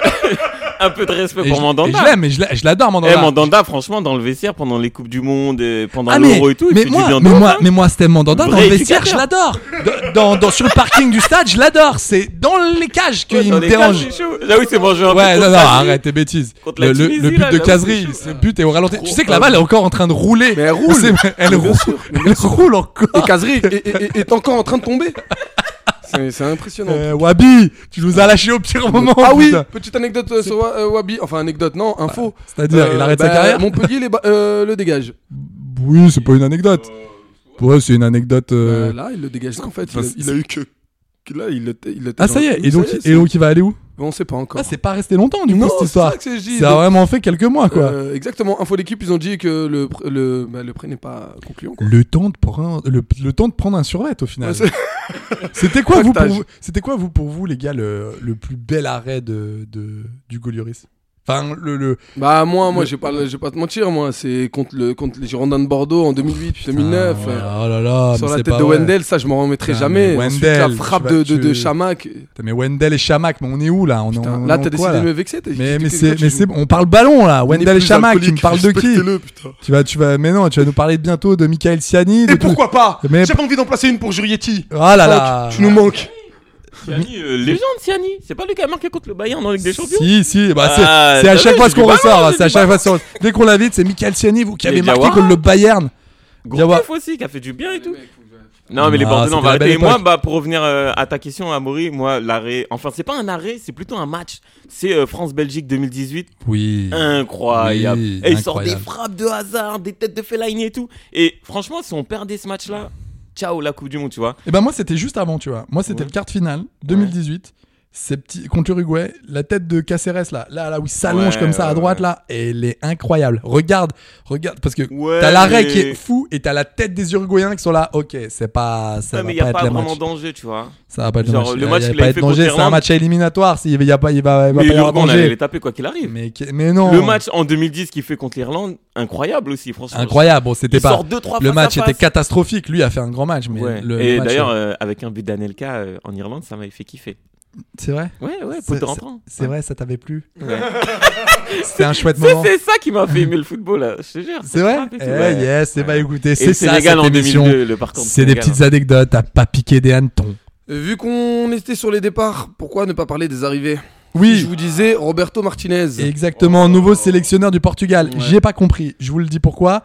S5: un peu de respect
S9: Et
S5: pour
S9: je-
S5: Mandanda.
S9: et je l'aime, et je l'a- je l'adore, Mandanda.
S5: Eh, Mandanda, franchement, dans le vestiaire, pendant les Coupes du Monde, euh, pendant
S9: Ah,
S5: l'Euro et tout, il
S9: mais
S5: fait
S9: moi,
S5: du bien de
S9: mais
S5: ouf,
S9: moi,
S5: hein.
S9: mais moi, Steve Mandanda,
S5: Vrai
S9: dans le vestiaire, je
S5: éducateur.
S9: l'adore. Dans, dans- sur le parking du stade, je l'adore. C'est dans les cages
S5: Ouais,
S9: qu'il
S5: dans
S9: me
S5: les cages,
S9: dérange.
S5: c'est chaud. Là, oui, c'est manger un
S9: Ouais,
S5: peu
S9: non,
S5: trop
S9: non,
S5: de salade.
S9: arrête tes bêtises.
S5: Contre la
S9: Le, le- le
S5: Tunisie,
S9: but
S5: là,
S9: de
S5: là où
S9: Casri,
S5: c'est chaud.
S9: ce but est au ralenti. Tu sais que la balle est encore en train de rouler.
S10: Mais elle roule.
S9: C'est- Elle
S10: Mais bien
S9: roule,
S10: sûr, mais
S9: elle roule
S10: Et
S9: encore.
S10: Kazri est, est- est- est encore en train
S9: <laughs>
S10: de tomber. C'est c'est impressionnant.
S9: Euh, Wabi, tu nous as lâché au pire moment.
S10: ah oui,
S9: putain.
S10: petite anecdote euh, sur Wa- euh, Wabi. Enfin, anecdote, non, info.
S9: C'est-à-dire,
S5: Euh,
S9: il arrête sa
S10: bah,
S9: carrière.
S10: Montpellier les ba- euh, le dégage.
S9: Oui, c'est pas une anecdote. Ouais, c'est une anecdote. euh,
S10: Bah, là, il le dégage. En fait, il,
S9: bah,
S10: a, il a eu que. que Là, il le. il le-
S9: Ah, ça y est. Et donc,
S10: ça y est,
S9: et
S10: c'est-
S9: donc, il va aller où
S10: On sait pas encore.
S9: Ah, c'est pas resté longtemps, du coup,
S10: non,
S9: cette
S10: c'est
S9: histoire.
S10: ça que c'est- je dis.
S9: Ça a vraiment fait quelques mois, quoi.
S10: Euh, exactement, info d'équipe, ils ont dit que le, pr- le, bah, le prêt n'est pas concluant. quoi.
S9: le temps de prendre le, le temps de prendre un survêt au final.
S10: Ouais, c'est-
S9: C'était quoi vous pour
S10: Pactage.
S9: vous C'était quoi vous pour vous les gars le, le plus bel arrêt de de du Golioris Enfin le, le
S10: Bah moi, moi,
S9: Le-
S10: je vais pas, je vais pas te mentir, moi, c'est contre le contre les Girondins de Bordeaux en 2008, 2009.
S9: Ah, ouais,
S10: euh,
S9: oh là là,
S10: sur
S9: mais
S10: la
S9: c'est
S10: tête
S9: pas
S10: de
S9: vrai.
S10: Wendell, ça je m'en remettrai
S9: Putain,
S10: jamais.
S9: mais
S10: Ensuite,
S9: Wendell,
S10: la frappe
S9: tu vas-
S10: de, de, de
S9: tu-
S10: Chamac.
S9: Putain, Mais Wendell et Chamac, mais on est où là On est
S10: Putain,
S9: en-
S10: là,
S9: on est
S10: t'as
S9: en quoi,
S10: décidé de
S9: là
S10: me vexer. t'as
S9: mais
S10: critiqué
S9: mais
S10: le
S9: c'est
S10: coach,
S9: mais
S10: je-
S9: c'est on parle ballon là.
S10: On est
S9: Wendell et
S10: plus
S9: Chamac, tu me
S10: alcoolique,
S9: parles de qui
S10: respectez-le, putain.
S9: Tu vas tu vas mais non, tu vas nous parler bientôt de Michael Siani. de
S10: Et
S9: tout-
S10: pourquoi pas
S9: Mais-
S10: J'ai pas envie d'en placer une pour Jurietti.
S9: Ah là là.
S10: Fuck, Tu nous manques.
S5: Siani, euh, légende, Siani. C'est pas lui qui a marqué contre le Bayern dans la Ligue des Champions
S9: Si, si, bah, c'est-
S5: Ah,
S9: c'est à
S5: t'as
S9: chaque
S5: vu,
S9: fois
S5: j'ai
S9: ce qu'on
S5: dit, bah
S9: ressort.
S5: non,
S9: là,
S5: j'ai
S9: C'est à
S5: dit,
S9: chaque
S5: bah
S9: fois ce qu'on- Dès qu'on l'invite, c'est Michael Siani, vous qui
S5: Et
S9: avez marqué
S5: Diawara.
S9: contre le Bayern. Diawara.
S5: Gourcuff aussi, qui a fait du bien et tout. Non, mais les
S9: Ah,
S5: Bordelais, on
S9: c'était
S5: va
S9: la belle
S5: arrêter. Et moi,
S9: époque.
S5: bah, pour revenir euh, à ta question, Amaury, moi, l'arrêt. Enfin, c'est pas un arrêt, c'est plutôt un match. C'est euh, France-Belgique 2018.
S9: Oui.
S5: Incroyable.
S9: Oui,
S5: et il sort des
S9: incroyable.
S5: frappes de hasard, des têtes de Fellaini et tout. Et franchement, si on perdait ce match-là, ciao la Coupe du Monde, tu vois.
S9: Et ben moi c'était juste avant, tu vois. Moi c'était
S5: Ouais.
S9: le quart de finale 2018. C'est petit contre l'Uruguay, la tête de Caceres là, là là où il s'allonge
S5: Ouais,
S9: comme ça à
S5: ouais,
S9: droite
S5: ouais.
S9: là, et elle est incroyable. Regarde, regarde parce que
S5: Ouais,
S9: t'as l'arrêt
S5: mais-
S9: qui est fou et t'as la tête des Uruguayens qui sont là. Ok, c'est pas ça
S5: Ouais,
S9: va
S5: mais il n'y
S9: pas
S5: a
S9: être
S5: pas
S9: le
S5: vraiment
S9: match.
S5: danger, tu vois.
S9: Ça va pas être le
S5: Genre,
S9: match.
S5: le
S9: Il va
S5: match qu'il
S9: pas
S5: avait
S9: être
S5: fait
S9: danger.
S5: contre
S9: C'est un
S5: l'Irlande.
S9: match à éliminatoire. s'il y a pas, il va, il va
S5: Mais
S9: pas y avoir
S5: l'Uruguay, on allait
S9: danger.
S5: les taper quoi qu'il arrive.
S9: Mais, que- mais non.
S5: Le match en 2010 qui fait contre l'Irlande, incroyable aussi, franchement.
S9: incroyable. Bon, c'était
S5: Il
S9: pas.
S5: sort deux, trois
S9: Le
S5: face
S9: match
S5: à
S9: était
S5: face.
S9: catastrophique. Lui a fait un grand match, mais
S5: Ouais.
S9: le
S5: Et
S9: match-
S5: d'ailleurs, euh, avec un but d'Anelka euh, en Irlande, ça m'avait fait kiffer.
S9: c'est vrai.
S5: Ouais, ouais,
S9: C'est-
S5: poteau rentrant.
S9: C'est vrai, ça t'avait plu.
S5: Ouais.
S9: C'était un chouette
S5: <laughs> C'est
S9: moment.
S5: c'est ça qui m'a fait aimer le football, là, je te jure.
S9: C'est vrai
S5: frappe et
S9: Eh
S5: tout, ouais.
S9: yes, eh ben,
S5: Ouais.
S9: écoutez,
S5: Et le
S9: c'est ça
S5: Sénégal
S9: cette
S5: en
S9: émission.
S5: 2002, le parcours du
S9: C'est des
S5: Sénégal.
S9: petites anecdotes à pas piquer des hannetons.
S10: Vu qu'on était sur les départs, pourquoi ne pas parler des arrivées Je
S9: Oui,
S10: vous disais Roberto Martinez.
S9: exactement, nouveau sélectionneur du Portugal.
S10: Oh. Ouais.
S9: J'ai pas compris, je vous le dis pourquoi.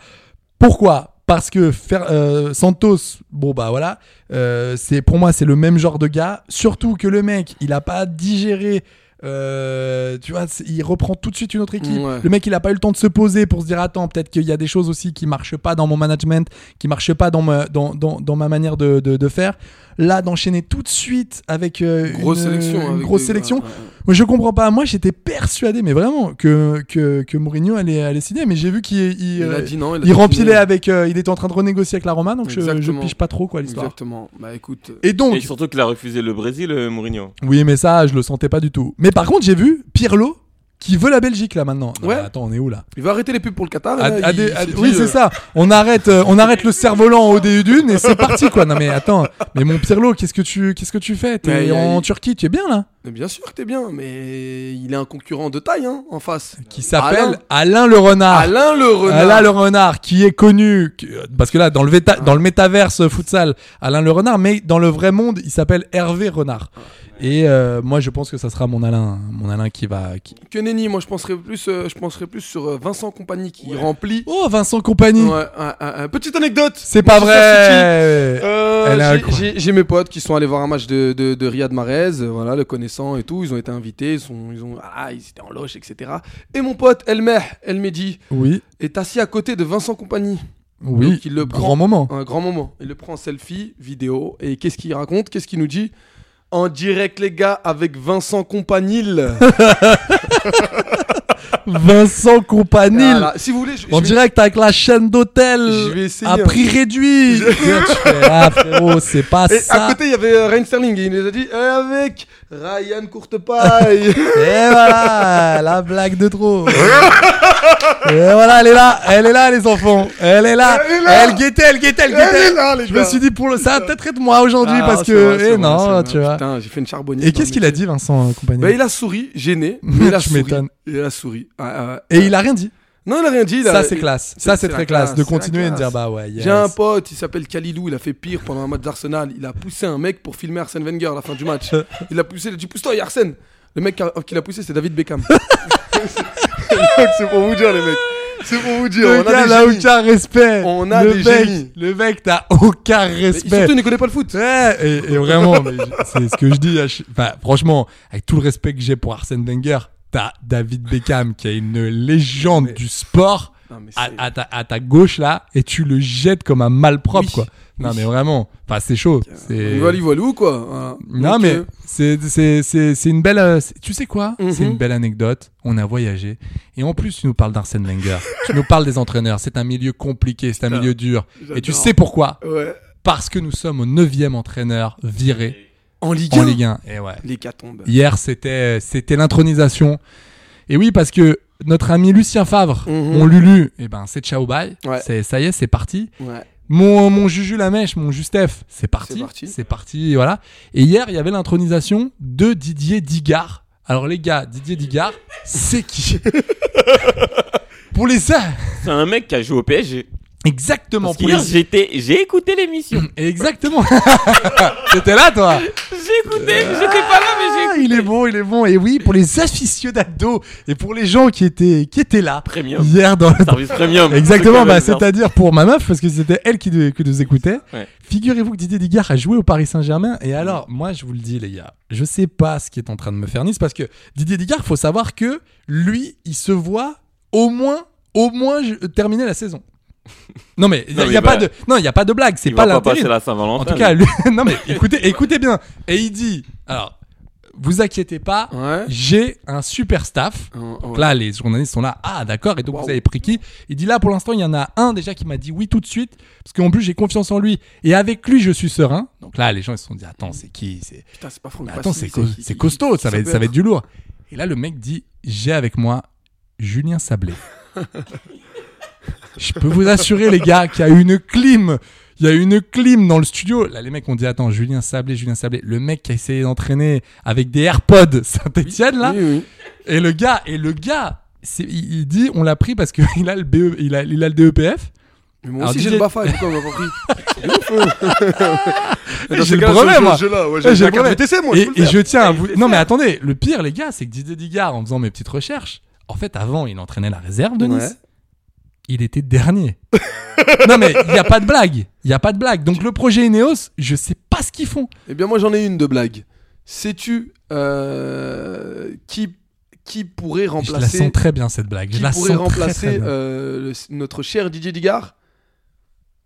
S9: Pourquoi Parce que Fer- euh, Santos, bon bah voilà, euh, c'est pour moi c'est le même genre de gars. Surtout que le mec, il a pas digéré. euh, tu vois, c'est- il reprend tout de suite une autre équipe.
S10: Ouais.
S9: Le mec, il a pas eu le temps de se poser pour se dire attends, peut-être qu'il y a des choses aussi qui marchent pas dans mon management, qui marchent pas dans ma, dans, dans, dans ma manière de, de, de faire. Là, d'enchaîner tout de suite avec euh,
S10: Grosse
S9: une,
S10: sélection.
S9: une
S10: avec
S9: grosse
S10: des-
S9: sélection.
S10: ouais, ouais.
S9: Moi, je comprends pas. Moi, j'étais persuadé, mais vraiment, que, que, que Mourinho allait, allait signer. Mais j'ai vu qu'il il,
S10: Il a
S9: euh,
S10: dit non. a
S9: il
S10: dit
S9: remplissait
S10: non.
S9: avec. euh, il était en train de renégocier avec la Roma, donc je, je
S10: Exactement.
S9: pige pas trop quoi l'histoire.
S10: Exactement. Bah écoute.
S9: Et donc,
S5: Et surtout qu'il a refusé le Brésil, euh, Mourinho.
S9: oui, mais ça, je le sentais pas du tout. Mais par contre, j'ai vu Pirlo qui veut la Belgique là maintenant. Non,
S10: Ouais.
S9: mais attends, on est où là
S10: Il veut arrêter les pubs pour le Qatar. et
S9: À-
S10: là,
S9: à
S10: il
S9: des-
S10: s'est
S9: à-
S10: dit,
S9: Oui,
S10: euh,
S9: c'est ça. On arrête, euh, on arrête le cerf-volant au début d'une et c'est parti quoi. Non mais attends, mais mon Pirlo, qu'est-ce que tu, qu'est-ce que tu fais T'es
S10: Mais il y a-
S9: en
S10: il-
S9: Turquie, tu es bien là
S10: Mais bien sûr que t'es bien, mais il a un concurrent de taille hein, en face.
S9: Qui Ah. s'appelle Alain le renard.
S10: Alain le renard. Ah.
S9: Alain le renard qui est connu qui- parce que là dans le véta- dans le métaverse euh, futsal Alain le renard mais dans le vrai monde il s'appelle Hervé Renard et euh, moi je pense que ça sera mon Alain mon Alain qui va qui-
S10: Que nenni, moi je penserais plus, euh, je penserais plus sur euh, Vincent Compagnie qui remplit.
S9: oh Vincent Compagnie
S10: Ouais, un- un- un- petite anecdote.
S9: c'est pas
S10: Manchester
S9: vrai
S10: City. Euh,
S9: Elle est
S10: j'ai-
S9: incroyable.
S10: j'ai- j'ai mes potes qui sont allés voir un match de, de, de Riyad Mahrez, euh, voilà, le connaissant et tout. Ils ont été invités, ils, sont, ils, ont, ah, ils étaient en loge, etc. Et mon pote Elmeh, El Mehdi,
S9: oui
S10: est assis à côté de Vincent Compagnie.
S9: oui
S10: Donc, il le
S9: grand
S10: prend.
S9: moment
S10: un grand moment. Il le prend en selfie, vidéo, et qu'est-ce qu'il raconte Qu'est-ce qu'il nous dit En direct, les gars, avec
S9: <laughs>
S10: Vincent Companil.
S9: Vincent Compagnie
S10: Voilà. Si vous voulez, je,
S9: en
S10: je vais-
S9: direct avec la chaîne
S10: je
S9: d'hôtel
S10: vais essayer.
S9: à
S10: hein.
S9: prix réduit Tu fais,
S10: <laughs>
S9: ah frérot c'est pas
S10: Et
S9: ça
S10: à côté, il y avait Ryan Sterling, et il nous a dit Eh, avec Ryan Courtepaille.
S9: <laughs> Et voilà, la blague de trop. Et voilà, elle est là, elle est là, les enfants. Elle est là.
S10: Elle est là.
S9: guettait, elle guettait, elle guettait.
S10: Elle est là, les
S9: Je
S10: gars.
S9: me suis dit, pour le... ça va peut-être être moi aujourd'hui
S10: Ah,
S9: parce
S10: c'est
S9: que.
S10: vrai, c'est
S9: eh
S10: vrai, c'est
S9: non,
S10: vrai.
S9: tu vois.
S10: Putain, j'ai fait une charbonnière.
S9: Et qu'est-ce qu'il a dit, Vincent euh, Compagnie
S10: bah, il a souri, gêné,
S9: <laughs>
S10: mais il a
S9: Tu
S10: souri.
S9: m'étonnes.
S10: Il a souri. Ah, ah,
S9: Et il a rien dit.
S10: Non, il a rien dit. il a-
S9: Ça, c'est
S10: il-
S9: classe. Ça, c'est très
S10: la
S9: classe. De
S10: c'est la
S9: continuer et de
S10: classe.
S9: dire, bah ouais, yes.
S10: J'ai un pote, il s'appelle Kalilou, il a fait pire pendant un match d'Arsenal. Il a poussé un mec pour filmer Arsène Wenger à la fin du <laughs> match. Il l'a poussé, il a dit Pousse-toi, il y a Arsène. Le mec qui a- qui l'a poussé, c'est David <laughs> Beckham. Donc, c'est pour vous dire, les mecs. C'est pour vous dire.
S9: Le
S10: on a
S9: gars
S10: des
S9: n'a
S10: génies.
S9: aucun respect.
S10: On a
S9: le
S10: des
S9: mec,
S10: génies.
S9: Le mec, t'as aucun
S10: Mais
S9: respect.
S10: surtout, il ne connaît pas le foot.
S9: Ouais, <laughs> et, et vraiment, mais je- c'est ce que je dis. à ch- Enfin, franchement, avec tout le respect que j'ai pour Arsène Wenger, t'as David Beckham qui est une légende du sport
S10: Non, mais
S9: à,
S10: c'est-
S9: à ta, à ta gauche là, et tu le jettes comme un malpropre
S10: Oui,
S9: quoi. Non
S10: oui.
S9: mais vraiment, enfin c'est chaud. C'est...
S10: Voilà, voilà où, quoi. Voilà.
S9: Non
S10: Donc,
S9: mais
S10: euh,
S9: c'est, c'est, c'est, c'est une belle, euh, c'est- tu sais quoi C'est
S10: Mhm.
S9: une belle anecdote. On a voyagé et en plus tu nous parles d'Arsène Wenger, tu nous parles des entraîneurs. C'est un milieu compliqué, c'est un milieu dur. Et tu
S10: j'adore.
S9: sais pourquoi
S10: euh, Ouais.
S9: Parce que nous sommes au neuvième entraîneur viré
S10: En Ligue 1.
S9: en Ligue 1. Et ouais.
S10: Les gars tombent.
S9: Hier, c'était c'était l'intronisation. Et oui, parce que notre ami Lucien Favre,
S10: Mhm.
S9: mon Lulu, eh ben c'est ciao bye.
S10: Ouais.
S9: C'est ça y est, c'est parti.
S10: Ouais.
S9: Mon mon Juju la mèche, mon Justef, c'est parti.
S10: C'est parti.
S9: parti, voilà. Et hier, il y avait l'intronisation de Didier Digard. Alors les gars, Didier Digard, c'est
S10: <laughs>
S9: qui Pour les ça,
S5: C'est un mec qui a joué au PSG.
S9: exactement.
S5: Parce
S9: Pour
S5: qu'hier,
S9: les-
S5: j'étais, j'ai
S9: <laughs>
S5: écouté l'émission.
S9: Exactement. T'étais là, toi
S5: J'ai écouté, j'étais pas là,
S9: <laughs>
S5: mais j'ai
S9: Ah,
S5: écouté.
S9: il est bon, il est bon. Et oui, pour les aficionados et pour les gens qui étaient, qui étaient là
S5: Premium.
S9: hier dans le.
S5: Service premium.
S9: Exactement,
S5: C'est
S9: bah,
S5: que le-
S9: c'est-à-dire pour ma meuf, parce que c'était elle qui, nous- qui nous écoutait.
S5: Ouais.
S9: Figurez-vous que Didier Digard a joué au Paris Saint-Germain. Et alors, moi, je vous le dis, les gars, je sais pas ce qui est en train de me faire Nice, parce que Didier Digard, faut savoir que lui, il se voit au moins, au moins je- terminer la saison. Non mais il y a,
S5: Non, mais
S9: y a
S5: bah,
S9: pas de, non, il y a pas de blague, c'est
S5: Il
S9: pas
S5: va pas passer
S9: l'intérim.
S5: la
S9: En
S5: Saint-Valentin.
S9: tout cas,
S5: lui.
S9: lui... <laughs> non mais écoutez, écoutez bien. Et il dit, alors, vous inquiétez pas,
S10: Ouais.
S9: j'ai un super staff.
S10: Ouais,
S9: Donc
S10: ouais.
S9: là, les journalistes sont là, ah d'accord, et donc vous avez pris qui Il dit là, pour l'instant, il y en a un déjà qui m'a dit oui tout de suite, parce qu'en plus, j'ai confiance en lui, et avec lui, je suis serein. Donc là, les gens, ils se sont dit, attends, c'est qui c'est...
S10: Putain, c'est pas Franck
S9: Mais Attends,
S10: Passy,
S9: c'est, co-
S10: qui-
S9: c'est costaud, ça,
S10: qui
S9: va, être-
S10: peut
S9: ça va
S10: être
S9: être du lourd. Et là, le mec dit, j'ai avec moi Julien Sablé. Je peux vous assurer, les gars, qu'il y a une clim. Il y a une clim dans le studio. Là, les mecs ont dit Attends, Julien Sablé, Julien Sablé. Le mec qui a essayé d'entraîner avec des AirPods Saint-Etienne, là.
S10: Oui, oui.
S9: Et le gars, et le gars, c'est- il, il dit On l'a pris parce qu'il a, le BE <laughs> il a, il a le E DEPF.
S10: Mais moi
S9: Alors,
S10: aussi, <laughs> j'ai
S9: Didier-
S10: le Bafa, du coup, on m'a compris. C'est ouf, hein.
S9: J'ai le
S10: Dans ces
S9: brevet,
S10: cas-là,
S9: moi.
S10: ce jeu-là, ouais,
S9: Ouais,
S10: Eh, J'ai
S9: j'ai
S10: la carte
S9: le brevet.
S10: VTC, moi.
S9: et,
S10: je peux le
S9: et
S10: faire.
S9: je tiens à vous. Non, mais attendez, le pire, les gars, c'est que Didier Digard, en faisant mes petites recherches, en fait, avant, il entraînait la réserve de Nice.
S10: Ouais.
S9: Il était dernier. <laughs> non, mais il n'y a pas de blague. Il n'y a pas de blague. Donc, le projet Ineos, je sais pas ce qu'ils font.
S10: Eh bien, moi, j'en ai une de blague. Sais-tu euh, qui, qui pourrait
S9: Je la
S10: remplacer,
S9: sens très bien, cette blague.
S10: qui
S9: je la sens
S10: pourrait
S9: très,
S10: remplacer
S9: très bien.
S10: euh, le- notre cher Didier Digard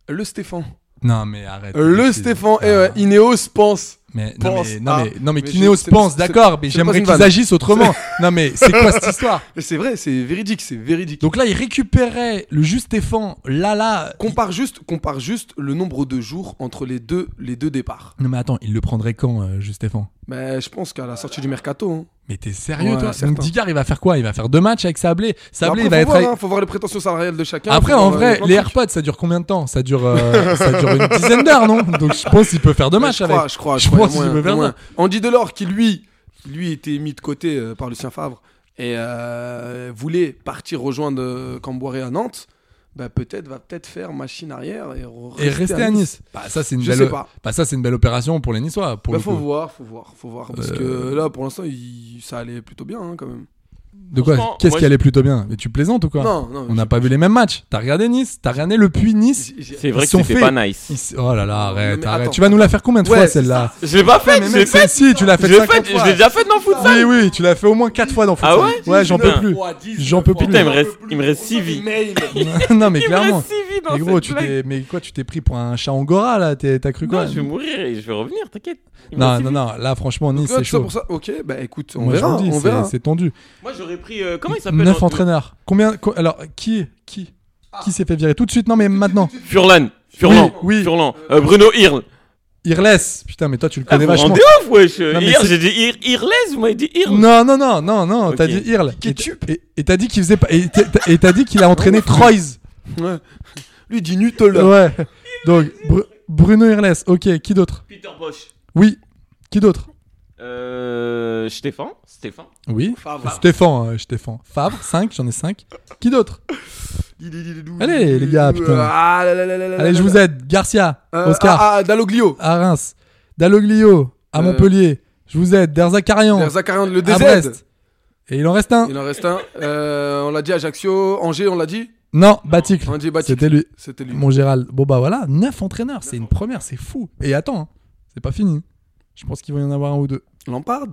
S10: Le Stéphane.
S9: Non, mais arrête.
S10: Le
S9: Arrête.
S10: Stéphane.
S9: Ah.
S10: Eh ouais, Ineos pense
S9: Mais, non,
S10: Pense
S9: mais, non,
S10: à-
S9: mais, non, mais
S10: mais
S9: Kineos
S10: je- c'est-
S9: pense,
S10: c'est-
S9: d'accord, mais
S10: c'est pas
S9: j'aimerais
S10: une
S9: qu'ils
S10: vanne.
S9: agissent autrement. non, mais c'est quoi
S10: <laughs>
S9: cette histoire
S10: C'est vrai, c'est véridique, c'est véridique.
S9: Donc là, il récupérait le Justéphane, là, là.
S10: compare juste, compare juste le nombre de jours entre les deux, les deux départs.
S9: Non, mais attends, il le prendrait quand, euh, Justéphane
S10: Mais je pense qu'à la sortie du mercato. Hein.
S9: Mais t'es sérieux,
S10: Ouais,
S9: toi
S10: certain.
S9: Donc Digard, il va faire quoi Il va faire deux matchs avec Sablé. Sablé,
S10: Après,
S9: il va
S10: faut
S9: être
S10: voir,
S9: avec-
S10: hein, faut voir les prétentions salariales de chacun.
S9: Après,
S10: faut
S9: en
S10: voir, euh,
S9: vrai,
S10: plein de
S9: les
S10: trucs.
S9: AirPods, ça dure combien de temps ça dure, euh, ça dure une dizaine d'heures, non Donc je pense qu'il peut faire deux
S10: Ouais,
S9: matchs
S10: je crois,
S9: avec.
S10: je crois,
S9: Je
S10: je crois.
S9: pense
S10: il y a
S9: qu'il peut
S10: moyen,
S9: faire
S10: il y a
S9: ça.
S10: moyen. Andy Delors, qui lui, lui était mis de côté euh, par Lucien Favre et euh, voulait partir rejoindre euh, Camboiré à Nantes, bah, peut-être va peut-être faire machine arrière et, re-
S9: Et rester à Nice. Bah, ça, c'est une
S10: Je
S9: belle.
S10: sais pas.
S9: bah, ça, c'est une belle opération pour les Niçois. Pour
S10: Bah,
S9: le
S10: faut
S9: coup. Euh,
S10: voir, faut voir, faut voir. Parce que là, pour l'instant, il- ça allait plutôt bien hein, quand même.
S9: De quoi
S5: Franchement,
S9: Qu'est-ce
S5: moi,
S9: qui
S5: je-
S9: allait plutôt bien Mais tu plaisantes ou quoi
S10: Non, non.
S9: Ah, On n'a
S10: je-
S9: pas vu les mêmes matchs. T'as regardé Nice T'as regardé le puits Nice
S10: j'ai- j'ai-
S5: C'est vrai
S9: Ils
S5: que
S9: sont
S5: c'était
S9: faits.
S5: pas nice.
S9: Ils s- Oh là là, arrête,
S10: mais
S9: arrête.
S10: attends.
S9: tu vas nous la faire combien de
S10: Ouais,
S9: fois
S10: c'est
S9: celle-là
S5: Je l'ai pas fait,
S9: Mais
S5: je
S9: mec,
S5: l'ai fait.
S9: celle-ci, tu l'as
S5: Je
S9: fait
S5: l'ai
S9: 50
S5: fait, je
S9: fois.
S5: l'ai déjà fait dans foot.
S9: Oui, oui, tu l'as fait au moins 4 fois dans
S5: Ah
S9: Futsal.
S5: ouais
S9: Ouais, j'en peux
S5: Putain.
S9: plus.
S10: Ouah, dix
S9: J'en peux
S10: fois.
S9: plus.
S5: Putain, il me reste, il me reste 6 vies.
S10: Mail.
S9: <laughs> non, mais
S5: Il me
S9: clairement.
S5: reste 6 vies dans
S9: Mais gros,
S5: cette
S9: tu
S5: blague.
S9: t'es, mais quoi, tu t'es pris pour un chat angora là T'es- T'as cru
S5: Non,
S9: quoi
S5: je vais mourir et je vais revenir, t'inquiète. Il me
S9: non,
S5: reste
S9: non,
S5: six
S9: non, là franchement, Nice,
S10: Ouais,
S9: c'est
S10: tout ça
S9: chaud.
S10: pour ça. Ok, bah écoute, on
S9: Moi, je
S10: verra,
S9: vous le dis,
S10: on
S9: c'est-
S10: verra.
S9: C'est tendu.
S5: vies. Moi j'aurais pris. euh, comment il s'appelle
S9: 9
S5: le-
S9: entraîneurs. Combien co- Alors, qui qui qui s'est fait virer tout de suite Non, mais maintenant.
S5: le- Furlan. Furlan.
S9: oui.
S5: Furlan. Euh, Bruno Hirl.
S9: Irles. Putain, mais toi, tu le
S5: Ah,
S9: connais
S5: vous vous
S9: vachement.
S5: rendez off, wesh.
S9: Non, mais
S5: Hier,
S9: c'est-
S5: j'ai dit Hir- Hirlez, vous m'avez dit Hirl.
S9: Non, non, non, non, non.
S5: Ok.
S9: T'as dit Irl. Et-
S10: Ketchup.
S9: et- Et t'as dit qu'il faisait pas. Et t'as- t'as- et t'as dit
S5: Oh,
S9: qu'il a entraîné Troyes.
S10: Ouais. Lui dit Nutella.
S9: Ouais. Donc, Bru- Bruno Irles. Ok. Qui d'autre
S5: Peter Bosch.
S9: Oui. Qui d'autre
S5: Euh. Stéphane. Stéphane.
S9: Oui.
S10: Favre.
S9: Stéphane, euh, Stéphane. Favre, 5, j'en ai 5. Qui d'autre Allez,
S10: Allez
S9: les gars, putain. Allez, je vous aide. Garcia, Oscar,
S10: Euh, Ah, ah, Dalloglio.
S9: à Reims, Daloglio, à
S10: Euh,
S9: Montpellier. Je vous aide. Derzakarian, à
S10: Zacharian le DZ.
S9: Brest. Et il en reste un.
S10: Il en reste un. Euh, on l'a dit Ajaccio, Angers, on l'a dit.
S9: Non, Baticle.
S10: On dit Batic.
S9: C'était lui.
S10: C'était lui.
S9: Mon Gérald. Bon, bah voilà, 9 entraîneurs. C'est une première, c'est fou. Et attends, hein, c'est pas fini. Je pense qu'il va y en avoir un ou deux.
S10: Lampard.